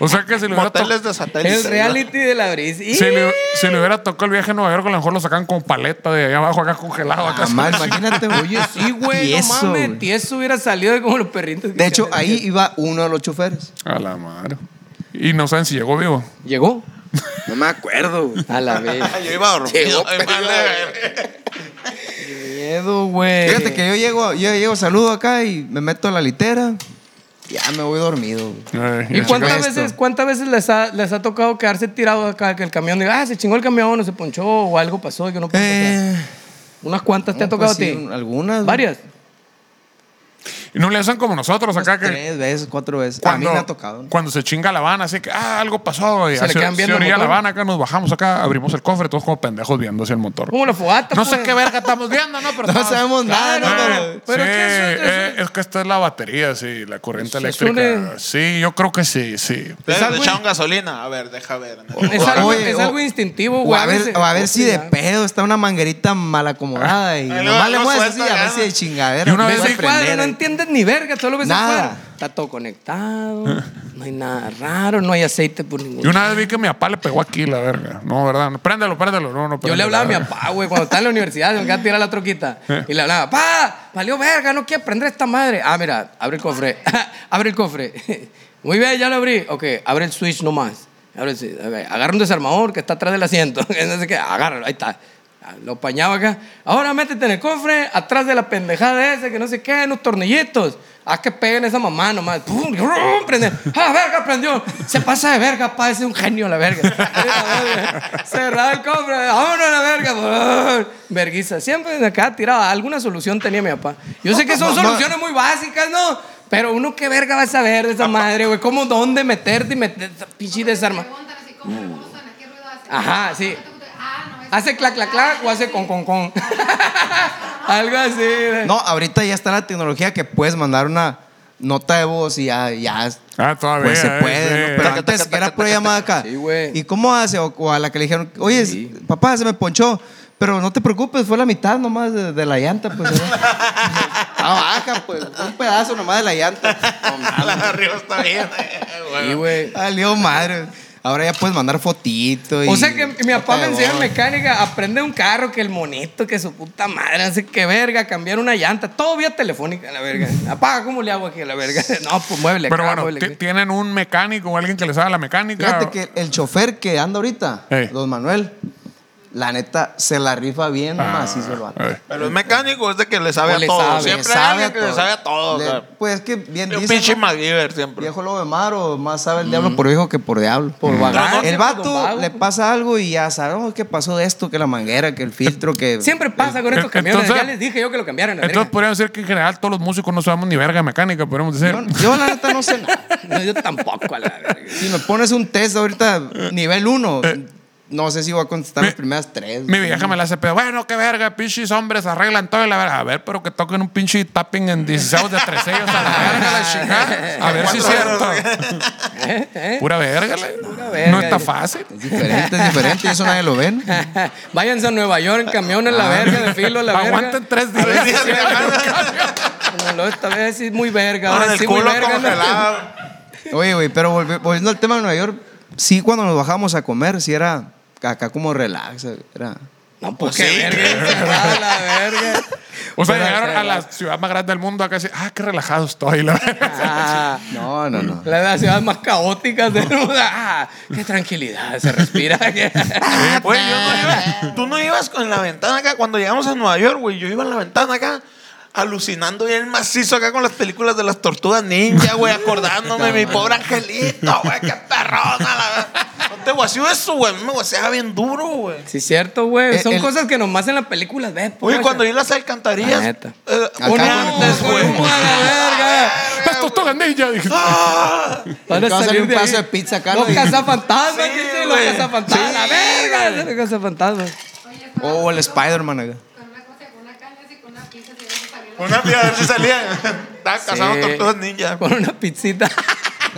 Speaker 4: O sea que si le hubiera, to-
Speaker 1: Moteles de satélite.
Speaker 2: El reality de la brisa. Y-
Speaker 4: si le- si le hubiera tocado el viaje a Nueva York, a lo mejor lo sacan con paleta de allá abajo, acá congelado. acá.
Speaker 5: Jamás, imagínate,
Speaker 2: Oye, sí, güey, no
Speaker 5: Tieso,
Speaker 2: mames.
Speaker 5: güey.
Speaker 2: Tieso hubiera salido de como los perritos. que
Speaker 5: De hecho,
Speaker 2: tienen.
Speaker 5: ahí iba uno de los choferes.
Speaker 4: A la madre. Y no saben si llegó vivo.
Speaker 2: Llegó.
Speaker 3: No me acuerdo, güey.
Speaker 2: A la vez.
Speaker 1: Yo iba dormido.
Speaker 3: Llegó,
Speaker 1: Ay,
Speaker 3: pero-
Speaker 1: vale.
Speaker 2: Miedo, güey.
Speaker 5: Fíjate que yo llego, yo llego, saludo acá y me meto a la litera. Ya me voy dormido. güey.
Speaker 4: Eh,
Speaker 2: ¿Y
Speaker 4: la
Speaker 2: cuántas
Speaker 4: chingada.
Speaker 5: esto.
Speaker 2: veces, cuántas veces les ha, les ha tocado quedarse tirados acá que el camión diga, ah, se chingó el camión o se ponchó o algo pasó que no pudo pasar"?
Speaker 5: Eh,
Speaker 2: Unas cuantas te
Speaker 5: no,
Speaker 2: ha tocado
Speaker 5: pues
Speaker 2: a
Speaker 5: sí,
Speaker 2: ti.
Speaker 5: algunas, güey.
Speaker 2: Varias.
Speaker 4: Y no le hacen como nosotros acá que.
Speaker 5: tres veces, cuatro veces.
Speaker 4: Cuando,
Speaker 5: a mí me ha tocado.
Speaker 4: cuando se chinga la Habana, así que, ah, algo pasó. Y
Speaker 2: Se le
Speaker 4: hacia-
Speaker 2: quedan viendo
Speaker 4: se
Speaker 2: el
Speaker 4: orilla la
Speaker 2: motor.
Speaker 4: Habana, acá nos bajamos acá, abrimos el cofre, todos como pendejos viendo hacia el motor.
Speaker 2: Como la fogata.
Speaker 4: No sé
Speaker 2: pues.
Speaker 4: qué verga estamos viendo, ¿no? Pero
Speaker 5: No
Speaker 4: estamos-
Speaker 5: sabemos nada,
Speaker 2: Claro,
Speaker 5: no,
Speaker 4: Eh,
Speaker 5: pero-
Speaker 2: pero
Speaker 4: sí,
Speaker 2: ¿qué es eso?
Speaker 4: eh, es que esta es la batería, sí, la corriente
Speaker 2: Eso es
Speaker 4: eléctrica.
Speaker 2: un-
Speaker 4: Sí, yo creo que sí, sí.
Speaker 1: Les
Speaker 5: algo-
Speaker 1: echaron gasolina. A ver, deja ver.
Speaker 2: Es algo,
Speaker 5: Oye,
Speaker 2: es
Speaker 5: o-
Speaker 2: algo instintivo,
Speaker 5: O
Speaker 2: güey.
Speaker 5: a ver,
Speaker 2: veces-
Speaker 5: o a ver si de
Speaker 2: Ya.
Speaker 5: pedo está una manguerita mal acomodada y
Speaker 1: Ay, luego
Speaker 5: nomás le mueves así,
Speaker 1: suelta,
Speaker 5: a ver
Speaker 1: gana.
Speaker 5: si de chingadera.
Speaker 4: Y una
Speaker 5: no
Speaker 4: vez
Speaker 2: Ves
Speaker 5: puede
Speaker 2: el cuadro,
Speaker 5: prender,
Speaker 2: no
Speaker 5: eh.
Speaker 2: entiendes ni verga, solo ves el
Speaker 5: Nada.
Speaker 2: cuadro. Está todo conectado, no hay nada raro, no hay aceite por ningún
Speaker 4: Y una vez vi que mi papá le pegó aquí, la verga. No, ¿verdad? No, Préndelo, préndelo. No, no,
Speaker 2: Yo le
Speaker 4: préndelo,
Speaker 2: hablaba a mi
Speaker 4: la verga.
Speaker 2: papá, güey, cuando estaba en la universidad, me acá tirar la troquita. Y le hablaba, pa, valió verga, no quiero aprender esta madre. Ah, mira, abre el cofre, abre el cofre. Muy bien, ya lo abrí. Ok, abre el switch nomás. Abre el switch. Ok, Agarra un desarmador que está atrás del asiento. Entonces, ¿qué? Agárralo, ahí está. Ah, Lo pañaba acá. Ahora métete en el cofre, atrás de la pendejada esa, que no sé qué, unos tornillitos. Haz que peguen esa mamá nomás. ¡Pum! ¡Rum! Prende. ¡Ah, verga, prendió! Se pasa de verga, pa, ese es un genio la verga. Cerrado el cofre, vámonos a la verga. por favor. Verguiza, siempre de acá tiraba. Alguna solución tenía mi papá. Yo sé que son soluciones muy básicas, ¿no? Pero uno qué verga va a saber de esa madre, güey. ¿Cómo dónde meterte y meter pinche desarma?
Speaker 6: Preguntan así como, ¿cómo suena? ¿Qué ruido hace?
Speaker 2: Ajá, sí.
Speaker 6: Ah, no, es-
Speaker 2: ¿Hace clac, clac, clac o hace con, con, con? Algo así. güey.
Speaker 5: No, ahorita ya está la tecnología que puedes mandar una nota de voz y ya, ya
Speaker 4: Ah, todavía.
Speaker 5: pues se
Speaker 4: eh,
Speaker 5: puede,
Speaker 4: sí.
Speaker 5: ¿no? Pero antes que era pura llamada acá.
Speaker 2: Sí, güey.
Speaker 5: ¿Y cómo hace? O, o a la que le dijeron, oye, papá, se me ponchó. Pero no te preocupes, fue la mitad nomás de, de la llanta, pues. ¿verdad?" ah, baja, pues. Un pedazo nomás de la llanta.
Speaker 1: Ah, Arriba está bien. eh, güey.
Speaker 2: Sí, güey.
Speaker 5: Salió madre. Ahora ya puedes mandar fotito y...
Speaker 2: O sea que mi papá me enseñó
Speaker 5: Pegón.
Speaker 2: mecánica, aprende un carro, que el monito, que su puta madre, no sé qué verga, cambiar una llanta, todo vía telefónica, la verga. Apaga, ¿cómo le hago aquí, la verga? No, pues muévele,
Speaker 4: Pero
Speaker 2: acá,
Speaker 4: bueno,
Speaker 2: muévele
Speaker 4: ti-
Speaker 2: aquí.
Speaker 4: tienen un mecánico o alguien que les haga la mecánica.
Speaker 5: Fíjate que el chofer que anda ahorita,
Speaker 4: Ey.
Speaker 5: Don Manuel, la neta, se la rifa bien
Speaker 2: Ah,
Speaker 5: macizo el vato.
Speaker 4: Eh.
Speaker 1: Pero es mecánico, es de que le sabe
Speaker 2: O
Speaker 1: a
Speaker 2: le
Speaker 1: todo.
Speaker 2: sabe,
Speaker 1: siempre
Speaker 5: sabe
Speaker 1: hay alguien
Speaker 5: a
Speaker 1: que
Speaker 5: todo.
Speaker 1: le sabe a todo.
Speaker 5: Le-
Speaker 1: cara.
Speaker 5: pues es que bien
Speaker 1: Un
Speaker 5: dice.
Speaker 1: pinche
Speaker 5: ¿no?
Speaker 1: MacGyver siempre.
Speaker 5: Viejo lobo de mar o más sabe el diablo por viejo que por diablo. Mm. Por vagar.
Speaker 2: No, no,
Speaker 5: el
Speaker 2: siempre con
Speaker 5: vato
Speaker 2: vago.
Speaker 5: le pasa algo y ya sabe, oh, ¿qué pasó de esto? Que la manguera, que el filtro, que...
Speaker 2: Siempre pasa con estos camiones,
Speaker 4: e-, Entonces-
Speaker 2: ya les dije yo que lo cambiaron, la
Speaker 4: Entonces
Speaker 2: verga.
Speaker 4: podríamos decir que en general todos los músicos no sabemos ni verga de mecánica, podríamos decir.
Speaker 5: Yo, yo la neta no sé nada.
Speaker 2: No, yo tampoco, a la verga.
Speaker 5: Si me pones un test ahorita nivel 1,
Speaker 4: Eh.
Speaker 5: no sé si voy a contestar
Speaker 4: Mi-
Speaker 5: las primeras tres.
Speaker 4: Mi vieja me la hace pedo. Bueno, qué verga, pinches hombres arreglan todo y la verga. A ver, pero que toquen un pinche tapping en 16 de 13 ellos a la verga, la
Speaker 1: Eh,
Speaker 4: chingada. A ver si es cierto. Pura verga, le.
Speaker 2: verga.
Speaker 4: No está fácil.
Speaker 5: Es diferente, es diferente. y Eso nadie lo ve, ¿no?
Speaker 2: Váyanse a Nueva York en camiones,
Speaker 1: Ah.
Speaker 2: la verga, de filo, la verga.
Speaker 4: Aguanten tres días.
Speaker 1: ver si es cierto.
Speaker 2: No, no, esta vez sí es muy verga.
Speaker 1: Con
Speaker 2: ahora
Speaker 1: el
Speaker 2: sí muy
Speaker 1: culo
Speaker 2: verga, ¿no?
Speaker 1: congelado.
Speaker 5: Oye, güey, pero volvi- volviendo al tema de Nueva York, sí, cuando nos bajábamos a comer, sí era acá como relax. Era...
Speaker 2: No, pues
Speaker 1: Sí.
Speaker 2: qué verga. A la verga.
Speaker 4: O sea,
Speaker 2: Pero,
Speaker 4: llegaron
Speaker 2: pero,
Speaker 4: a la ciudad más grande del mundo acá y dicen, ah, qué relajado estoy, la verga.
Speaker 2: Ah,
Speaker 5: No, no, no.
Speaker 2: la de las ciudades más caóticas del mundo. Ah, qué tranquilidad se respira.
Speaker 1: Güey, pues, yo no iba- Tú no ibas con la ventana acá. Cuando llegamos a Nueva York, güey, yo iba en la ventana acá. Alucinando bien macizo acá con las películas de las tortugas ninja, güey, acordándome de mi pobre angelito, güey, qué perrona, la verdad. No te guaseó eso, güey, a mí me guaseaba bien duro, güey.
Speaker 2: Sí, cierto, güey.
Speaker 5: El-
Speaker 2: Son
Speaker 5: el-
Speaker 2: cosas que nomás en las películas ves. pues,
Speaker 1: Oye, cuando
Speaker 2: guacha.
Speaker 1: vi las alcantarillas,
Speaker 2: La neta.
Speaker 1: eh,
Speaker 5: Acá
Speaker 1: un
Speaker 5: con-
Speaker 1: antes,
Speaker 2: con
Speaker 1: güey.
Speaker 2: humo a la verga.
Speaker 4: Las tortugas ninja. Dije,
Speaker 1: ¡Ah!
Speaker 2: Van
Speaker 5: Acaba de salir un
Speaker 2: de ahí.
Speaker 5: pedazo de pizza acá,
Speaker 2: Los
Speaker 5: ¿no?
Speaker 2: cazafantasmas,
Speaker 1: Sí,
Speaker 2: sí, los
Speaker 1: güey.
Speaker 2: cazafantasmas.
Speaker 1: Sí,
Speaker 2: La verga, los cazafantasmas.
Speaker 5: O el Spider-Man acá.
Speaker 6: Con una cosa, con una caña, así, con una pizza, así, así, salió la-
Speaker 1: Una tía, a ver si salía. Estaban cazando
Speaker 2: Sí.
Speaker 1: tortugas ninja.
Speaker 2: Con una pizzita.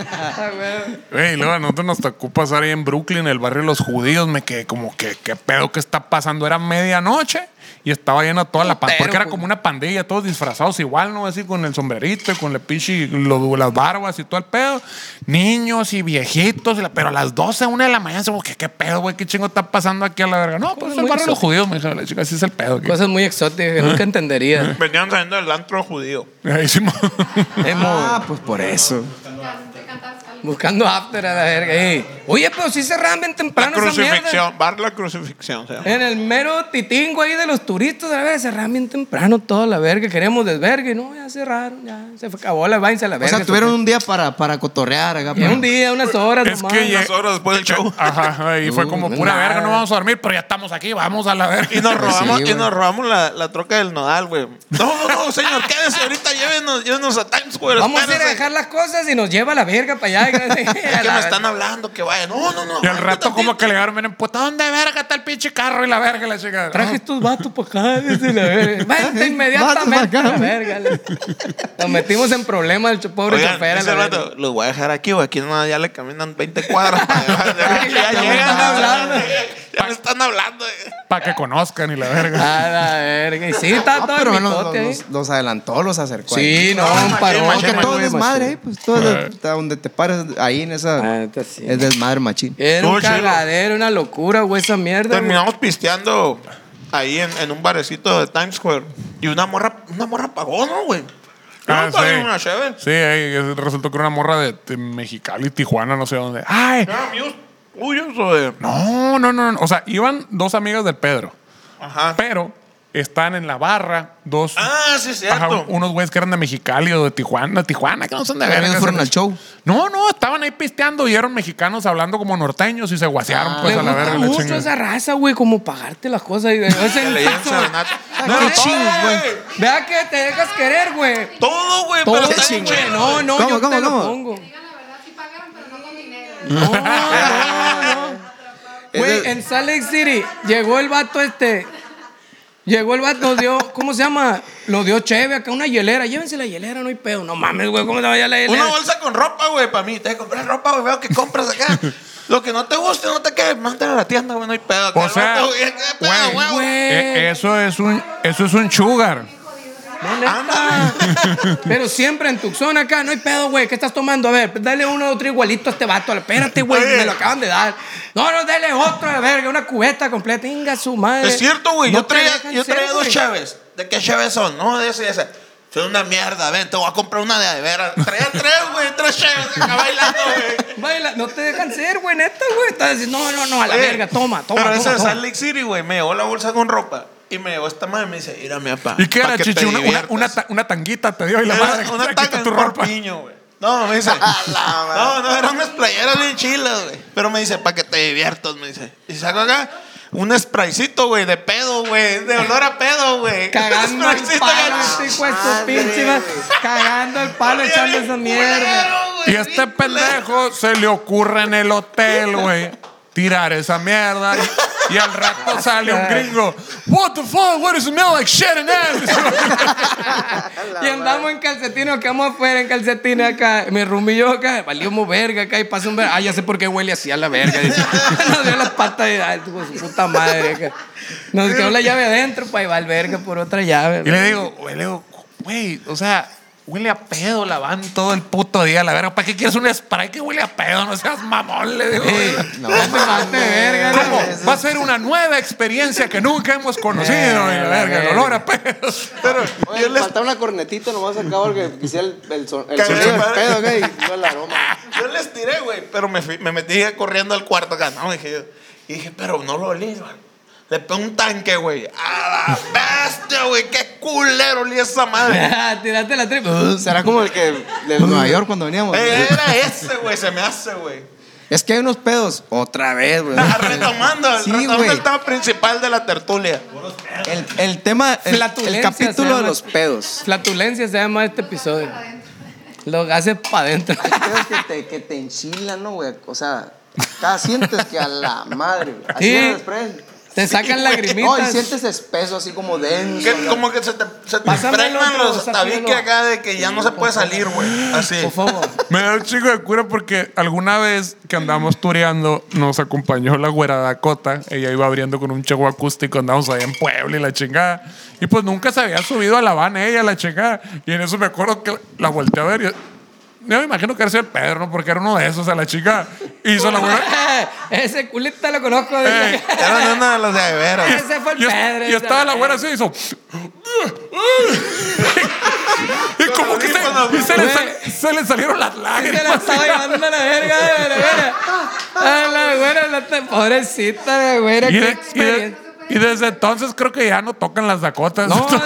Speaker 2: Ah, güey.
Speaker 4: Güey, luego a nosotros nos tocó pasar ahí en Brooklyn, el barrio de los judíos. Me quedé como que, ¿qué pedo que está pasando? Era medianoche y estaba llena toda la pandilla.
Speaker 2: Putero,
Speaker 4: Porque era
Speaker 2: pues.
Speaker 4: como una pandilla, todos disfrazados igual, ¿no? Así con el sombrerito y con la pinche, lo- las barbas y todo el pedo. Niños y viejitos. y la- pero a las 12, una de la mañana, como que, ¿qué pedo, güey? ¿Qué chingo está pasando aquí a la verga? No, pues
Speaker 2: Cosas
Speaker 4: es el
Speaker 2: muy
Speaker 4: barrio de los judíos, me dijo la chica. Así es el pedo. aquí.
Speaker 2: Cosas muy exóticas que nunca entendería.
Speaker 1: Venían saliendo del antro judío.
Speaker 4: Ahí sí, mo-
Speaker 5: Ah, pues por eso.
Speaker 6: te cantabas algo.
Speaker 2: Buscando after a la verga. Ey, Oye, pero sí cerraban bien
Speaker 1: La
Speaker 2: temprano esa mierda.
Speaker 1: crucifixión, bar la crucifixión. se llama.
Speaker 2: En el mero titingo ahí de los turistas, a la verga, cerraban bien temprano toda la verga. Queremos desverga y no, ya cerraron, ya. Se fue- acabó la vaina, la
Speaker 5: O
Speaker 2: verga.
Speaker 5: sea, tuvieron un día para, para cotorrear acá.
Speaker 2: Y
Speaker 5: para-
Speaker 2: un día, unas horas
Speaker 4: Es
Speaker 2: nomás.
Speaker 4: que ya-
Speaker 1: Unas horas después del show.
Speaker 4: Ajá, y
Speaker 1: Mm,
Speaker 4: fue
Speaker 2: Uh,
Speaker 4: como
Speaker 2: no es
Speaker 4: pura
Speaker 2: nada.
Speaker 4: verga, no vamos a dormir, pero ya estamos aquí, vamos a la verga.
Speaker 1: Y nos
Speaker 5: Pues sí,
Speaker 1: robamos, y
Speaker 5: güey.
Speaker 1: nos robamos la, la troca del nodal, güey. No, no, no, señor, quédese ahorita, llévenos, llévenos a Times Square.
Speaker 2: Vamos a ir a
Speaker 1: espérese.
Speaker 2: dejar las cosas y nos lleva a la verga para allá.
Speaker 1: Es que me están hablando, que vaya. No, no, no.
Speaker 4: Y al
Speaker 1: aguanta
Speaker 4: rato como
Speaker 1: tantito.
Speaker 4: que le llegaron bien puta ¿dónde verga está el pinche carro y la verga y la chingada?
Speaker 2: Traje estos vatos para acá. dice la verga. Vente
Speaker 5: Vatos
Speaker 2: inmediatamente.
Speaker 5: pa' acá.
Speaker 2: la verga. Nos metimos en problemas el cho- pobre
Speaker 1: Oigan,
Speaker 2: chofer. a
Speaker 1: dice el
Speaker 2: la
Speaker 1: vato,
Speaker 2: verga.
Speaker 1: los voy a dejar aquí, güey. Aquí no, ya le caminan 20 cuadras. para llegar, ya
Speaker 2: Ya me
Speaker 1: llegan,
Speaker 2: están
Speaker 1: ya-
Speaker 2: hablando.
Speaker 1: Ya me están hablando. eh.
Speaker 4: Para que conozcan y
Speaker 1: Ah,
Speaker 4: la verga.
Speaker 2: A la verga. Y sí, está
Speaker 5: Ah,
Speaker 2: todo
Speaker 5: pero
Speaker 2: el
Speaker 5: los,
Speaker 2: mitote ahí.
Speaker 5: los- los adelantó, los acercó. Ah,
Speaker 2: Sí, no, un parón.
Speaker 1: machín,
Speaker 5: Aunque
Speaker 1: machín,
Speaker 5: todo
Speaker 2: güey,
Speaker 5: es desmadre,
Speaker 2: machín.
Speaker 5: ahí, pues todo es- hasta donde te pares ahí en
Speaker 2: Ah, eh,
Speaker 5: esa.
Speaker 2: neta, sí.
Speaker 5: Es desmadre, machín.
Speaker 2: Era un
Speaker 1: Todo chido.
Speaker 2: cagadero, una locura, güey, esa mierda. güey.
Speaker 1: Terminamos pisteando ahí en, en un barecito de Times Square. Y una morra, una morra pagó, ¿no, güey?
Speaker 4: Ah,
Speaker 1: Yo pagué una cheve.
Speaker 4: sí, ahí resultó que era una morra de, de Mexicali, Tijuana, no sé dónde. ¡Ay!
Speaker 1: Eran amigos tuyos o de...
Speaker 4: No, no, no, no. O sea, iban dos amigas del Pedro,
Speaker 1: Ajá.
Speaker 4: pero están en la barra dos...
Speaker 1: Ah, sí, es
Speaker 4: ajá,
Speaker 1: cierto.
Speaker 4: unos güeyes que eran de Mexicali o de Tijuana, Tijuana, que no son de
Speaker 5: Pero
Speaker 4: verga.
Speaker 5: ellos fueron
Speaker 4: son-
Speaker 5: al show.
Speaker 4: No, no, estaban ahí pisteando y eran mexicanos hablando como norteños y se
Speaker 1: Ah,
Speaker 4: guasearon pues
Speaker 2: Me
Speaker 4: a la
Speaker 2: gusta
Speaker 4: verga. la
Speaker 2: mucho
Speaker 4: chingada.
Speaker 2: esa raza, güey, como pagarte las cosas. Y, güey, es
Speaker 1: Que
Speaker 2: el
Speaker 1: le dieron
Speaker 2: paso.
Speaker 1: serenata.
Speaker 2: No,
Speaker 1: No,
Speaker 2: qué
Speaker 1: todo,
Speaker 2: chingos, güey.
Speaker 1: güey.
Speaker 2: Vea que te dejas querer, güey.
Speaker 1: Todo, güey,
Speaker 2: Todo
Speaker 1: pero está
Speaker 2: sí,
Speaker 1: bien
Speaker 2: güey.
Speaker 1: chido.
Speaker 2: No, no,
Speaker 5: ¿Cómo,
Speaker 2: yo
Speaker 5: cómo,
Speaker 2: te lo
Speaker 5: cómo?
Speaker 2: pongo.
Speaker 6: Digan la verdad, sí pagaron, pero no con dinero.
Speaker 2: No, no, no. Güey, en Salt Lake City llegó el vato este. Llegó el vato, nos dio, ¿cómo se llama? Lo dio Cheve acá, una hielera. Llévense la hielera, no hay pedo. No mames, güey, ¿cómo se va a la hielera?
Speaker 1: Una bolsa con ropa, güey, para mí. Te compré ropa, güey, veo que compras acá. Lo que no te guste, no te quede, mándalo a la tienda, güey, no hay pedo. acá.
Speaker 4: O sea, eh,
Speaker 1: El vato, güey, ¿qué pedo,
Speaker 4: güey,
Speaker 1: güey?
Speaker 4: Eh, eso es un eso es un sugar.
Speaker 2: No, neta. Pero siempre en Tucson acá, no hay pedo, güey. ¿Qué estás tomando? A ver, dale uno otro igualito a este vato. Espérate, güey,
Speaker 1: Oye.
Speaker 2: me lo acaban de dar. No, no, dale otro, a la verga, una cubeta completa. Venga, su madre.
Speaker 1: Es cierto, güey.
Speaker 2: No
Speaker 1: yo
Speaker 2: te
Speaker 1: traía,
Speaker 2: dejan
Speaker 1: yo
Speaker 2: ser,
Speaker 1: traía dos
Speaker 2: güey.
Speaker 1: chaves. ¿De qué chaves son? No, de esa y de esa. Son una mierda, ven, te voy a comprar una de a de veras. Traía tres, güey, tres chaves acá bailando, güey.
Speaker 2: Baila, no te dejan ser, güey, neta, güey. Estás diciendo, no, no, no, a la
Speaker 1: Oye,
Speaker 2: verga, toma, toma.
Speaker 1: Eh, Pero
Speaker 2: toma,
Speaker 1: esa de
Speaker 2: toma.
Speaker 1: Salt Lake City, güey, me llevó la bolsa con ropa. Y me llevó esta madre y me dice, mira, mi papá.
Speaker 4: ¿Y qué
Speaker 1: Ah, pa'
Speaker 4: era,
Speaker 1: que te
Speaker 4: Chichi? Una, una,
Speaker 1: diviertas".
Speaker 4: una, ta- una tanguita te dio y la
Speaker 1: Era
Speaker 4: madre.
Speaker 1: una
Speaker 4: aquí
Speaker 1: tanga
Speaker 4: está
Speaker 1: en corpiño, güey. No, me dice. no, no, eran unas playeras bien chilas, güey. Pero me dice, para que te diviertas, me dice. Y saco acá un spraycito, güey, de pedo, güey. De olor a pedo, güey.
Speaker 2: Cagando el
Speaker 1: Spraycito,
Speaker 2: palo,
Speaker 1: güey.
Speaker 2: este hijo de su pinche madre. Cagando el palo,
Speaker 1: Olía
Speaker 2: echando
Speaker 1: bien
Speaker 2: esa mierda.
Speaker 1: culero, güey,
Speaker 4: Y a este
Speaker 1: bien culero.
Speaker 4: pendejo se le ocurre en el hotel, güey, tirar esa mierda. Y, y al rato sale un gringo. What the fuck? What does it smell like shit and ass?
Speaker 2: Y andamos en calcetines, quedamos afuera en calcetines acá. Mi rumi y yo acá, valíamos verga acá y pasa un verga. Ah, ya sé por qué huele así a la verga. Dice, nos dio las patas y ay, tú, su puta madre acá. Nos quedó la llave adentro, pa' ahí va al verga por otra llave.
Speaker 4: Y le digo, güey, le digo, güey, o sea, huele a pedo, la van todo el puto día, la verga. ¿Para qué quieres un spray que huele a pedo? No seas mamón, le digo.
Speaker 2: Ey, no te mames, verga.
Speaker 4: ¿Cómo?
Speaker 2: no.
Speaker 4: Va a ser una nueva experiencia que nunca hemos conocido. Y la verga, pues. el olor a pedo.
Speaker 1: Pero
Speaker 3: Oye,
Speaker 1: yo les
Speaker 3: faltaba una cornetita nomás acá porque quisiera el, el, son- el
Speaker 1: Cagué,
Speaker 3: sonido del
Speaker 1: madre.
Speaker 3: pedo, güey, y no el aroma.
Speaker 1: Yo les tiré, güey, pero me, fui- me metí corriendo al cuarto acá, ¿no? Dije yo. Y dije, pero no lo olí, güey. Le pegué un tanque, güey. A la bestia, güey. Qué culero olí esa madre.
Speaker 2: Ah, Tiraste la tripa.
Speaker 5: Será como el que de Nueva York cuando veníamos.
Speaker 1: Eh, Era ese, güey. Se me hace, güey.
Speaker 5: Es que hay unos pedos. Otra vez, güey.
Speaker 1: Retomando,
Speaker 5: Sí,
Speaker 1: retomando
Speaker 5: güey.
Speaker 1: el tema principal de la tertulia.
Speaker 5: El, el tema, el, el
Speaker 2: Flatulencia se
Speaker 5: capítulo
Speaker 2: llama.
Speaker 5: de los pedos.
Speaker 2: Flatulencia se llama este episodio. Lo haces para adentro.
Speaker 5: Hay
Speaker 3: Pedos que te, que te enchilan, ¿no, güey? O sea, acá sientes que a la madre, güey. Así
Speaker 2: Sí.
Speaker 3: era el spray.
Speaker 2: Te
Speaker 3: No,
Speaker 2: sacan
Speaker 3: y
Speaker 2: lagrimitas.
Speaker 3: sientes espeso, así como denso.
Speaker 1: Que, como que se te, se te
Speaker 2: Pásame el
Speaker 1: impregnan
Speaker 2: otro,
Speaker 1: los
Speaker 2: sácamelo.
Speaker 1: tabiques acá de que ya no se puede salir, güey. Así.
Speaker 2: Por favor.
Speaker 4: Me da un chico de cura porque alguna vez que andamos tureando, nos acompañó la güera Dakota. Ella iba abriendo con un chavo acústico, andamos allá en Puebla y la chingada. Y pues nunca se había subido a la van ella, la chingada. Y en eso me acuerdo que la volteé a ver. y yo, yo me imagino que era el Pedro, ¿no? porque era uno de esos, a la chica. Y hizo la güera.
Speaker 2: Ese culito lo conozco.
Speaker 4: Eh,
Speaker 1: Eran una de las de veras.
Speaker 2: Ese fue el
Speaker 4: Y, es-
Speaker 2: Pedro.
Speaker 4: y estaba la güera
Speaker 2: güera
Speaker 4: así y hizo. y como que se, y se le, sal- se le salieron las
Speaker 2: Y se
Speaker 4: lágrimas.
Speaker 2: la estaba llevando a la verga, a la verga. A la güera, la te- pobrecita la güera,
Speaker 4: Y,
Speaker 2: qué
Speaker 4: de- y de-
Speaker 2: experiencia.
Speaker 4: y desde entonces creo que ya no tocan las Dakotas.
Speaker 2: No, dijo,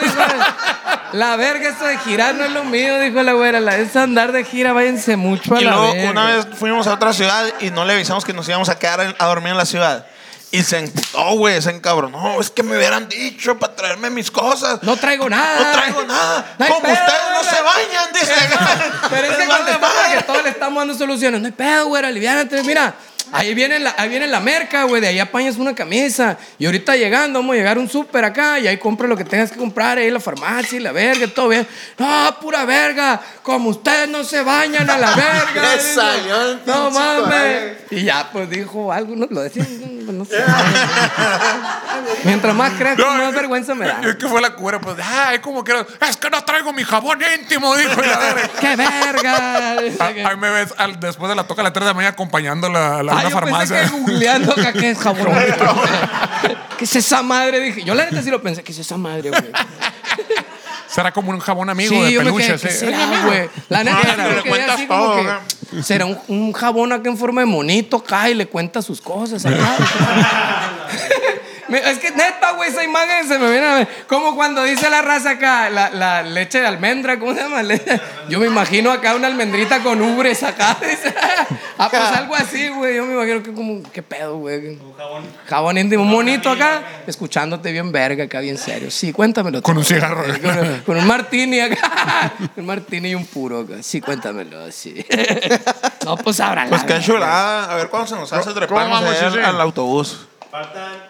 Speaker 2: la verga, eso de girar no es lo mío, dijo la güera. La, es andar de gira, váyanse mucho a
Speaker 1: Y
Speaker 2: la
Speaker 1: luego
Speaker 2: verga.
Speaker 1: una vez fuimos a otra ciudad y no le avisamos que nos íbamos a quedar en- a dormir en la ciudad. Y se emputó, güey, se encabronó. Es que me hubieran dicho para traerme mis cosas.
Speaker 2: No traigo nada.
Speaker 1: No traigo nada.
Speaker 2: No hay
Speaker 1: Como
Speaker 2: pedo,
Speaker 1: ustedes no
Speaker 2: güey.
Speaker 1: se bañan, dice.
Speaker 2: Pero es que
Speaker 1: Les vale
Speaker 2: contestó
Speaker 1: madre.
Speaker 2: porque todos le estamos dando soluciones. No hay pedo, güey, aliviánate. Mira, ahí viene la, ahí viene la merca, güey. De ahí apañas una camisa. Y ahorita llegando, vamos a llegar a un súper acá. Y ahí compra lo que tengas que comprar. Ahí en la farmacia y la verga, todo bien. No, pura verga. Como ustedes no se bañan a la verga.
Speaker 3: Le
Speaker 2: digo.
Speaker 3: salió el
Speaker 2: No
Speaker 3: pinche
Speaker 2: mames.
Speaker 3: coraje.
Speaker 2: Y ya, pues dijo algo. No, lo decía. no, no sé. Mientras más crezco,
Speaker 4: No,
Speaker 2: más
Speaker 4: es-
Speaker 2: vergüenza me da.
Speaker 4: Es que fue la cura, pues, ay, como que era, es que no traigo mi jabón íntimo, dijo. y la verga.
Speaker 2: ¡Qué verga!
Speaker 4: Ah, Ahí me ves al- después de la toca a las 3 de la mañana acompañándola a la,
Speaker 2: Ah,
Speaker 4: una
Speaker 2: yo
Speaker 4: farmacia.
Speaker 2: pensé que googleando acá que es jabón. ¿Qué es esa madre? Dije, yo la neta sí lo pensé, ¿qué es esa madre, güey?
Speaker 4: Será como un jabón amigo
Speaker 2: sí,
Speaker 4: de eh.
Speaker 2: yo me
Speaker 4: peluche.
Speaker 2: quedé,
Speaker 4: sí.
Speaker 2: ¿qué será, güey? La neta
Speaker 1: Ah,
Speaker 2: yo
Speaker 1: pero
Speaker 2: me
Speaker 1: le
Speaker 2: quedé
Speaker 1: cuentas
Speaker 2: así como
Speaker 1: todo,
Speaker 2: que será un, un jabón acá en forma de monito, acá y le cuenta sus cosas acá. Me- Es que neta, güey, esa imagen se me viene a ver. Como cuando dice la raza acá, la, la leche de almendra, ¿cómo se llama? Le- Yo me imagino acá una almendrita con ubres acá. dice. Ah, pues algo así, güey. Yo me imagino que como, qué pedo, güey. Jabón. Jabón íntimo, un monito acá, escuchándote bien verga acá, bien serio. Sí, cuéntamelo.
Speaker 4: Con
Speaker 2: tú.
Speaker 4: un cigarro.
Speaker 2: Con, un- con un martini acá. Un martini y un puro acá. Sí, cuéntamelo, sí. No, pues ahora
Speaker 1: Pues qué chulada. A ver cuándo se nos hace treparnos
Speaker 4: vamos,
Speaker 1: ahí al,
Speaker 4: Chichi?
Speaker 1: al autobús.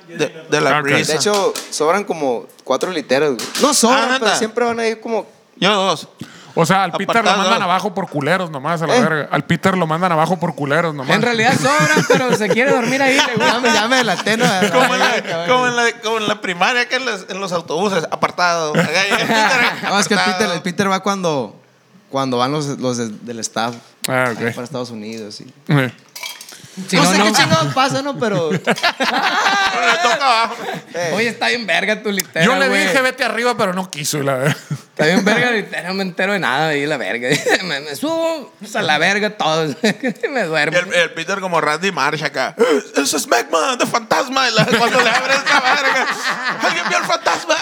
Speaker 1: De, de la
Speaker 4: Ok.
Speaker 1: prisa.
Speaker 3: De hecho, sobran como cuatro literas, güey. No sobran,
Speaker 1: Ah, ¿neta?
Speaker 3: pero siempre van a ir como
Speaker 1: yo dos.
Speaker 4: O sea, al Peter lo
Speaker 1: Apartado.
Speaker 4: mandan abajo por culeros nomás, a la
Speaker 5: Eh.
Speaker 4: verga. Al Peter lo mandan abajo por culeros nomás.
Speaker 2: En realidad sobra, pero se quiere dormir ahí.
Speaker 5: Ya
Speaker 2: Le
Speaker 5: me,
Speaker 2: gusta.
Speaker 5: ya me delaté, ¿no?
Speaker 1: Como en, la, como, en la, como en la primaria que en los, en los autobuses, apartado. Acá, y el Peter,
Speaker 5: No, es que el Peter,
Speaker 1: apartado.
Speaker 5: el Peter va cuando, cuando van los, los de- del staff
Speaker 4: Ah,
Speaker 5: ahí
Speaker 4: ok.
Speaker 5: para Estados Unidos. y-
Speaker 4: Eh.
Speaker 2: Si
Speaker 5: no,
Speaker 2: no,
Speaker 5: sé
Speaker 2: no.
Speaker 5: qué chingados pasa, ¿no? Pero
Speaker 1: Pero le toca abajo.
Speaker 2: Oye, está bien verga tu litera,
Speaker 4: Yo le
Speaker 2: güey.
Speaker 4: dije, vete arriba, pero no quiso. y La verga.
Speaker 2: Está bien verga la litera, no me entero de nada ahí, la verga. Me, me subo pues, a la verga todo. me
Speaker 1: Y
Speaker 2: duermo.
Speaker 1: el, el Peter como Randy Marsh acá. "Eh, Ese es Megman, de fantasma. Y la- cuando le abre esta verga. ¿Alguien vio el fantasma?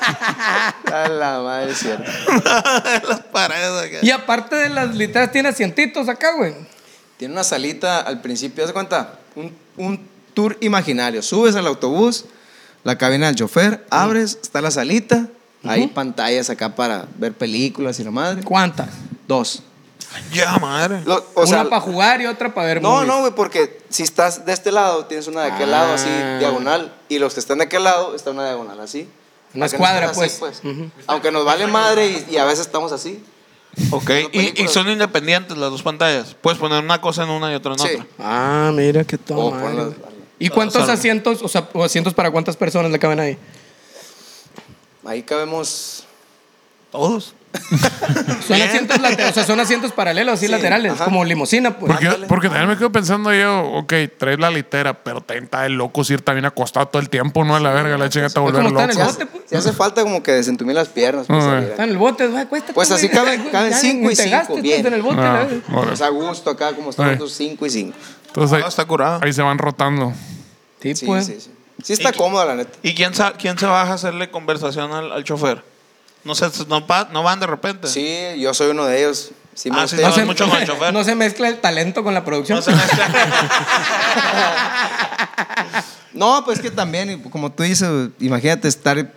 Speaker 5: a la madre es cierto.
Speaker 1: en las paredes acá.
Speaker 2: Y aparte de las literas, tiene asientitos acá, güey.
Speaker 5: Tiene una salita al principio, ¿haz de cuenta? Un, un tour imaginario. Subes al autobús, la cabina del chofer, abres, está la salita, hay pantallas acá para ver películas y la madre.
Speaker 2: ¿Cuántas?
Speaker 5: Dos.
Speaker 1: Ya, madre.
Speaker 3: Lo- o sea,
Speaker 2: una para jugar y otra para ver
Speaker 3: no,
Speaker 2: movies.
Speaker 3: no, güey, porque si estás de este lado, tienes una de aquel lado así,
Speaker 2: Ah.
Speaker 3: diagonal, y los que están de aquel lado, está una diagonal así.
Speaker 2: Una
Speaker 3: Aunque
Speaker 2: escuadra,
Speaker 3: no están así,
Speaker 2: pues. Ujú.
Speaker 3: Aunque nos vale madre y, y a veces estamos así.
Speaker 1: Ok. Y, y son independientes las dos pantallas. Puedes poner una cosa en una y otra en
Speaker 3: Sí.
Speaker 1: otra.
Speaker 2: Ah, mira qué eh. todo.
Speaker 3: O Oh, ponlas-
Speaker 2: ¿Y cuántos
Speaker 1: Salve.
Speaker 2: asientos, o sea, o asientos para cuántas personas le caben ahí?
Speaker 3: Ahí cabemos.
Speaker 1: Todos.
Speaker 2: Son asientos laterales, o sea, son asientos paralelos, así
Speaker 3: Sí,
Speaker 2: laterales,
Speaker 3: ajá.
Speaker 2: como limusina, pues.
Speaker 4: Porque, porque también me quedo pensando yo, ok, traes la litera, pero te está el loco si está bien acostado todo el tiempo, ¿no? A la verga, la chinga te
Speaker 2: Pues,
Speaker 4: vuelve
Speaker 2: como está en
Speaker 4: loco.
Speaker 2: el bote, pues.
Speaker 3: Si hace falta como que desentumir las piernas. Pues,
Speaker 4: Ah,
Speaker 3: salir
Speaker 2: Está
Speaker 3: acá.
Speaker 2: en el bote, güey, cuesta.
Speaker 3: Pues así caben- caben cinco y cinco, bien.
Speaker 2: en el bote,
Speaker 4: Ah,
Speaker 2: la-
Speaker 4: órale.
Speaker 3: Pues a gusto acá, como
Speaker 4: Ay.
Speaker 3: estamos nosotros 5 y 5.
Speaker 4: Entonces ahí,
Speaker 1: Ah, está curado.
Speaker 4: ahí se van rotando.
Speaker 2: Sí,
Speaker 3: Sí,
Speaker 2: pues.
Speaker 3: sí, sí. Sí está cómodo, la neta.
Speaker 1: ¿Y quién, sa- quién se baja a hacerle conversación al, al chofer? No sé, no, pa- no van de repente.
Speaker 3: Sí, yo soy uno de ellos. Sí, me
Speaker 1: Ah,
Speaker 3: gusta
Speaker 1: sí,
Speaker 3: ir-
Speaker 1: no sé. mucho con el chofer.
Speaker 2: no se mezcla el talento con la producción.
Speaker 1: No se mezcla.
Speaker 5: No, pues que también, y como tú dices, güey, imagínate estar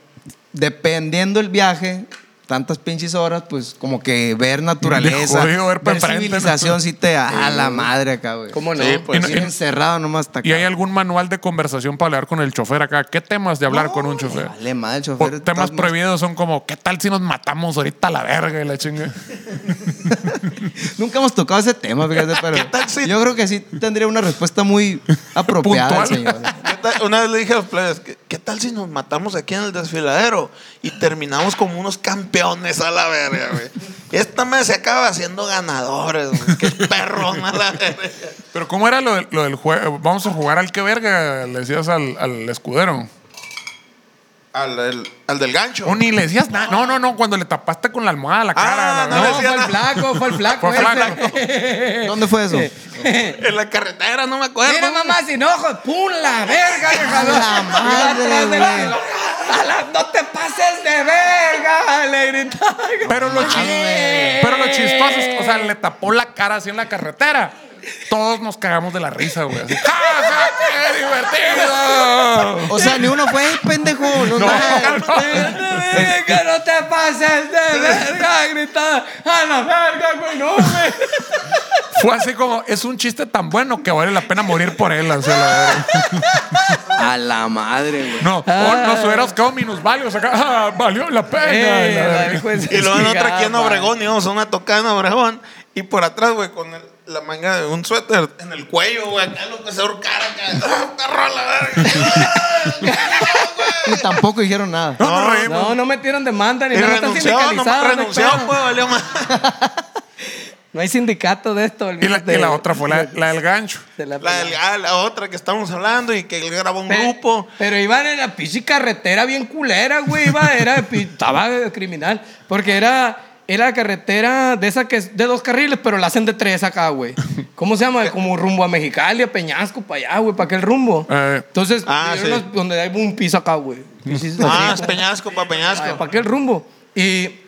Speaker 5: dependiendo el viaje, tantas pinches horas, pues como que ver naturaleza,
Speaker 4: jodido ver pa' enfrente, ¿no?
Speaker 5: civilización, sí te a la madre acá, güey.
Speaker 2: ¿Cómo no?
Speaker 1: Sí, pues.
Speaker 5: Pues
Speaker 4: Y-
Speaker 5: ir
Speaker 4: y-
Speaker 5: encerrado nomás hasta acá.
Speaker 4: ¿Y hay algún manual de conversación para hablar con el chofer acá? ¿Qué temas de hablar con un chofer?
Speaker 5: Vale, madre, el
Speaker 4: O
Speaker 5: chofer. está
Speaker 4: temas
Speaker 5: más-
Speaker 4: prohibidos son como, ¿qué tal si nos matamos ahorita a la verga y la chinga?
Speaker 5: Nunca hemos tocado ese tema, fíjate, pero
Speaker 1: ¿Qué tal si-
Speaker 5: yo creo que sí tendría una respuesta muy apropiada,
Speaker 4: Puntual.
Speaker 5: el señor.
Speaker 1: ¿Qué tal- Una vez le dije a los plebes, ¿qué, qué tal si nos matamos aquí en el desfiladero y terminamos como unos campeones a la verga, güey? Esta mes se acaba haciendo ganadores, güey. Qué perrón a la verga.
Speaker 4: Pero ¿cómo era lo, del- lo del juego? Vamos a jugar al que verga, le decías al, al escudero.
Speaker 1: Al, del- al del gancho.
Speaker 4: O ni le decías nada. No, no, no, cuando le tapaste con la almohada la cara. la
Speaker 1: Ah, no
Speaker 2: No,
Speaker 4: verga.
Speaker 1: decía
Speaker 2: fue el
Speaker 1: nada.
Speaker 2: flaco, fue el flaco. eh.
Speaker 4: Fue el
Speaker 2: ese.
Speaker 5: ¿Dónde fue eso?
Speaker 1: En la carretera, no me acuerdo.
Speaker 2: Mira,
Speaker 1: güey.
Speaker 2: mamá, sin ojos. ¡Pum! La verga,
Speaker 5: A la madre, güey.
Speaker 2: No te pases de verga, le gritaba.
Speaker 4: Pero lo, chis- pero lo chistoso es, o sea, le tapó la cara así en la carretera. Todos nos cagamos de la risa, güey. Así, ¡Ja, ja, qué divertido!
Speaker 5: O sea, ni uno fue, "Ey, pendejo. No,
Speaker 4: No,
Speaker 5: nada.
Speaker 2: Que no te pases de verga, gritaba. A la verga, güey, no, güey.
Speaker 4: Fue así como, es un chiste tan bueno que vale la pena morir por él. o sea, la verdad.
Speaker 5: A la madre, güey.
Speaker 4: no, o nos hubieras quedado minusválidos acá. ¡Ah, valió la pena!
Speaker 2: Eh,
Speaker 4: Y la verga.
Speaker 1: Y luego en otra aquí en Obregón íbamos a una tocada en Obregón y por atrás, güey, con el- la manga de un suéter en el cuello, güey, acá lo que se ahorcara acá. ¡Ah, perro a la verga!
Speaker 5: Y tampoco dijeron nada.
Speaker 4: no, nos reímos.
Speaker 2: No, no metieron demanda ni
Speaker 1: Y
Speaker 2: nada. No,
Speaker 1: renunció,
Speaker 2: está
Speaker 1: nomás
Speaker 2: sindicalizado, no, hay
Speaker 1: renunció,
Speaker 2: pedo.
Speaker 1: pues, valió más.
Speaker 2: No hay sindicato de esto.
Speaker 4: Y, la,
Speaker 2: olvídate.
Speaker 4: y la otra fue la, la del gancho.
Speaker 2: De la-
Speaker 1: La, del- ah, la otra que estábamos hablando y que él grabó un
Speaker 2: Pe-
Speaker 1: grupo.
Speaker 2: Pero iban en la pinche carretera bien culera, güey. Iba, era, de pi- estaba de criminal. Porque era, era carretera de esa que es de dos carriles, pero la hacen de tres acá, güey. ¿Cómo se llama? Como rumbo a Mexicali, a Peñasco, para allá, güey, para aquel rumbo.
Speaker 4: Eh.
Speaker 2: Entonces,
Speaker 1: Ah,
Speaker 2: pidieron
Speaker 1: sí.
Speaker 2: los- donde hay un piso acá, güey. Pisos
Speaker 1: Ah, es
Speaker 2: así, como-
Speaker 1: Peñasco, pa' Peñasco.
Speaker 2: para aquel rumbo. Y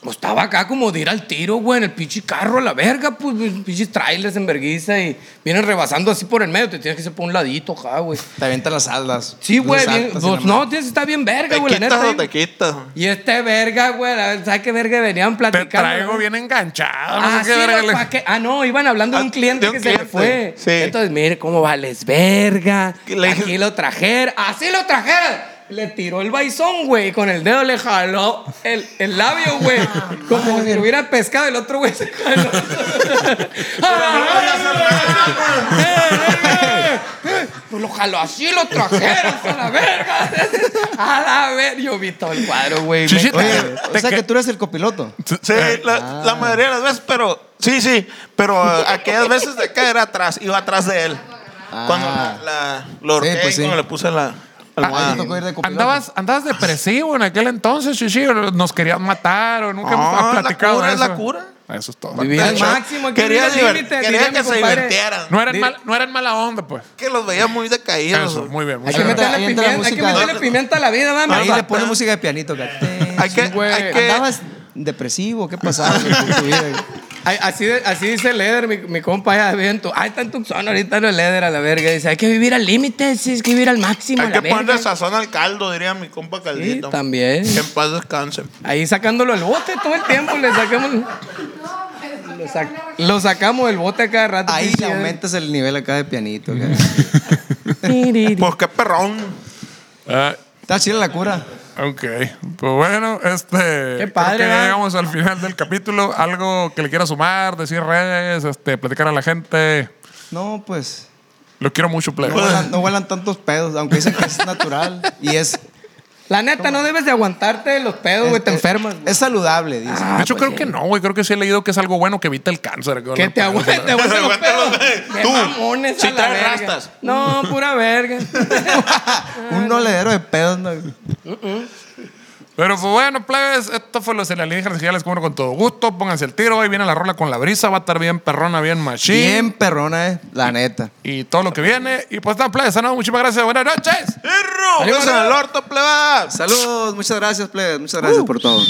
Speaker 2: pues, estaba acá como de ir al tiro, güey, en el pinche carro a la verga, pues, pues, pinches trailers en verguiza y vienen rebasando así por el medio. Te tienes que hacer por un ladito acá, güey.
Speaker 5: Te avientan las aldas.
Speaker 2: Sí, güey.
Speaker 5: Las
Speaker 2: bien-
Speaker 5: altas y
Speaker 2: pues,
Speaker 5: la
Speaker 2: no,
Speaker 5: madre.
Speaker 2: tienes está bien verga,
Speaker 1: te
Speaker 2: güey, la
Speaker 1: quitas
Speaker 2: neta.
Speaker 1: o te
Speaker 2: ahí.
Speaker 1: quitas.
Speaker 2: Y este verga, güey, la verdad, ¿sabes qué verga venían
Speaker 4: Te
Speaker 2: platicando?
Speaker 4: traigo
Speaker 2: güey?
Speaker 4: bien enganchado. No
Speaker 2: Ah,
Speaker 4: sé
Speaker 2: sí,
Speaker 4: qué verga
Speaker 2: no,
Speaker 4: le-
Speaker 2: ¿pa' qué? ah, no, iban hablando de
Speaker 1: Ah,
Speaker 2: un cliente
Speaker 1: de un
Speaker 2: que se le
Speaker 1: cliente,
Speaker 2: fue.
Speaker 1: sí.
Speaker 2: Entonces, mire, cómo vales verga.
Speaker 1: Que le dije-
Speaker 2: Aquí lo trajeron. Así lo trajeron. le tiró el baizón, güey, y con el dedo le jaló el, el labio, güey. como si lo hubiera pescado, el otro güey se jaló. ¡Ah, verga! Pues lo jaló así, lo trajeron a la verga. A la verga. Yo vi todo el cuadro, güey. me
Speaker 4: Chichita.
Speaker 2: cagué.
Speaker 5: Oye, o sea que tú eres el copiloto.
Speaker 1: Sí, la, la mayoría de las veces, pero sí, sí, pero eh, aquellas veces de acá era atrás, iba atrás de él. Cuando la, la, lo
Speaker 5: Sí,
Speaker 1: ahorqué
Speaker 5: pues sí.
Speaker 1: y cuando le puse la
Speaker 5: Ah,
Speaker 1: almohada.
Speaker 5: te tocó ir de copiloto.
Speaker 4: Andabas, andabas depresivo en aquel entonces, Chichi. o Nos querían matar o nunca
Speaker 1: No,
Speaker 4: hemos
Speaker 1: la
Speaker 4: platicado
Speaker 1: cura
Speaker 4: de
Speaker 1: es
Speaker 4: eso.
Speaker 1: la cura.
Speaker 4: Eso es todo.
Speaker 2: Vivir al
Speaker 1: Nacho,
Speaker 2: máximo. aquí
Speaker 1: quería
Speaker 2: vive el
Speaker 1: diver-
Speaker 2: límite, diría
Speaker 1: quería
Speaker 2: mi
Speaker 1: que se
Speaker 2: compadre.
Speaker 1: divertieran.
Speaker 4: No eran, mal, no eran mala onda, pues.
Speaker 1: Que los veía muy decaídos.
Speaker 4: Eso, muy bien.
Speaker 5: Hay
Speaker 4: muchas
Speaker 2: Hay que
Speaker 5: Ahí entra-
Speaker 4: gracias.
Speaker 2: meterle
Speaker 5: ahí entra la
Speaker 2: pimienta, hay que
Speaker 5: música.
Speaker 2: meterle pimienta a la vida, vamos.
Speaker 5: Ahí le
Speaker 1: Zapata.
Speaker 5: pone música de pianito. que-
Speaker 1: Hay que,
Speaker 2: Sí, güey.
Speaker 1: hay que-
Speaker 5: Andabas depresivo, ¿qué pasaba con tu vida?
Speaker 2: Ay, Así, de- así dice Leder, mi, mi compa allá vive en tu. Ah, está en Tucson, ahorita no es Leder a la verga. Dice, hay que vivir al límite, sí, es que vivir al máximo. a
Speaker 1: hay
Speaker 2: la
Speaker 1: que ponerle
Speaker 2: verga.
Speaker 1: sazón al caldo, diría mi compa
Speaker 2: Sí,
Speaker 1: Caldito.
Speaker 2: también.
Speaker 1: Que en paz descanse.
Speaker 2: Ahí sacándolo el bote todo el tiempo, le sacamos. Lo, sac- lo sacamos el bote a cada rato.
Speaker 5: Ahí
Speaker 2: pinche
Speaker 5: le
Speaker 2: Leder.
Speaker 5: aumentas el nivel acá de pianito. acá.
Speaker 2: Tiriri.
Speaker 1: Pues qué perrón.
Speaker 4: Ah,
Speaker 5: Está chida la cura.
Speaker 4: Ok, pues bueno, este.
Speaker 2: Qué
Speaker 4: creo
Speaker 2: padre,
Speaker 4: que ya
Speaker 2: ¿verdad?
Speaker 4: llegamos al final del capítulo. Algo que le quiera sumar, decir redes, este, platicar a la gente.
Speaker 5: No, pues.
Speaker 4: Lo quiero mucho, play.
Speaker 5: No vuelan, no vuelan tantos pedos, aunque dicen que es natural. Y es.
Speaker 2: La neta, no debes de aguantarte los pedos,
Speaker 5: Este,
Speaker 2: güey, te enfermas. güey.
Speaker 5: Es saludable, dice.
Speaker 4: de hecho, creo que no, güey. Creo que Ah, pues sí he leído que es algo bueno que evita el cáncer.
Speaker 2: Que te aguante, te aguante los
Speaker 1: Aguanta
Speaker 2: pedos.
Speaker 1: los pedos.
Speaker 2: Qué
Speaker 1: Tú,
Speaker 2: mamones a
Speaker 1: sí
Speaker 2: la
Speaker 1: traes
Speaker 2: verga.
Speaker 1: rastas.
Speaker 2: No, pura verga.
Speaker 5: Un noledero de pedos. No.
Speaker 4: Pero pues bueno, plebes, esto fue los alienígenas. Ya les cubro con todo gusto. Pónganse el tiro. Ahí viene la rola con la brisa. Va a estar bien perrona, bien machín.
Speaker 5: Bien perrona, eh, la neta.
Speaker 4: Y todo lo que viene. Y pues nada, plebes, ¿no? muchísimas gracias. Buenas noches.
Speaker 1: ¡Perro!
Speaker 2: Arriba,
Speaker 1: ¡Beso en el orto, plebas!
Speaker 5: Uh. Saludos, muchas gracias, plebes. Muchas gracias por todo.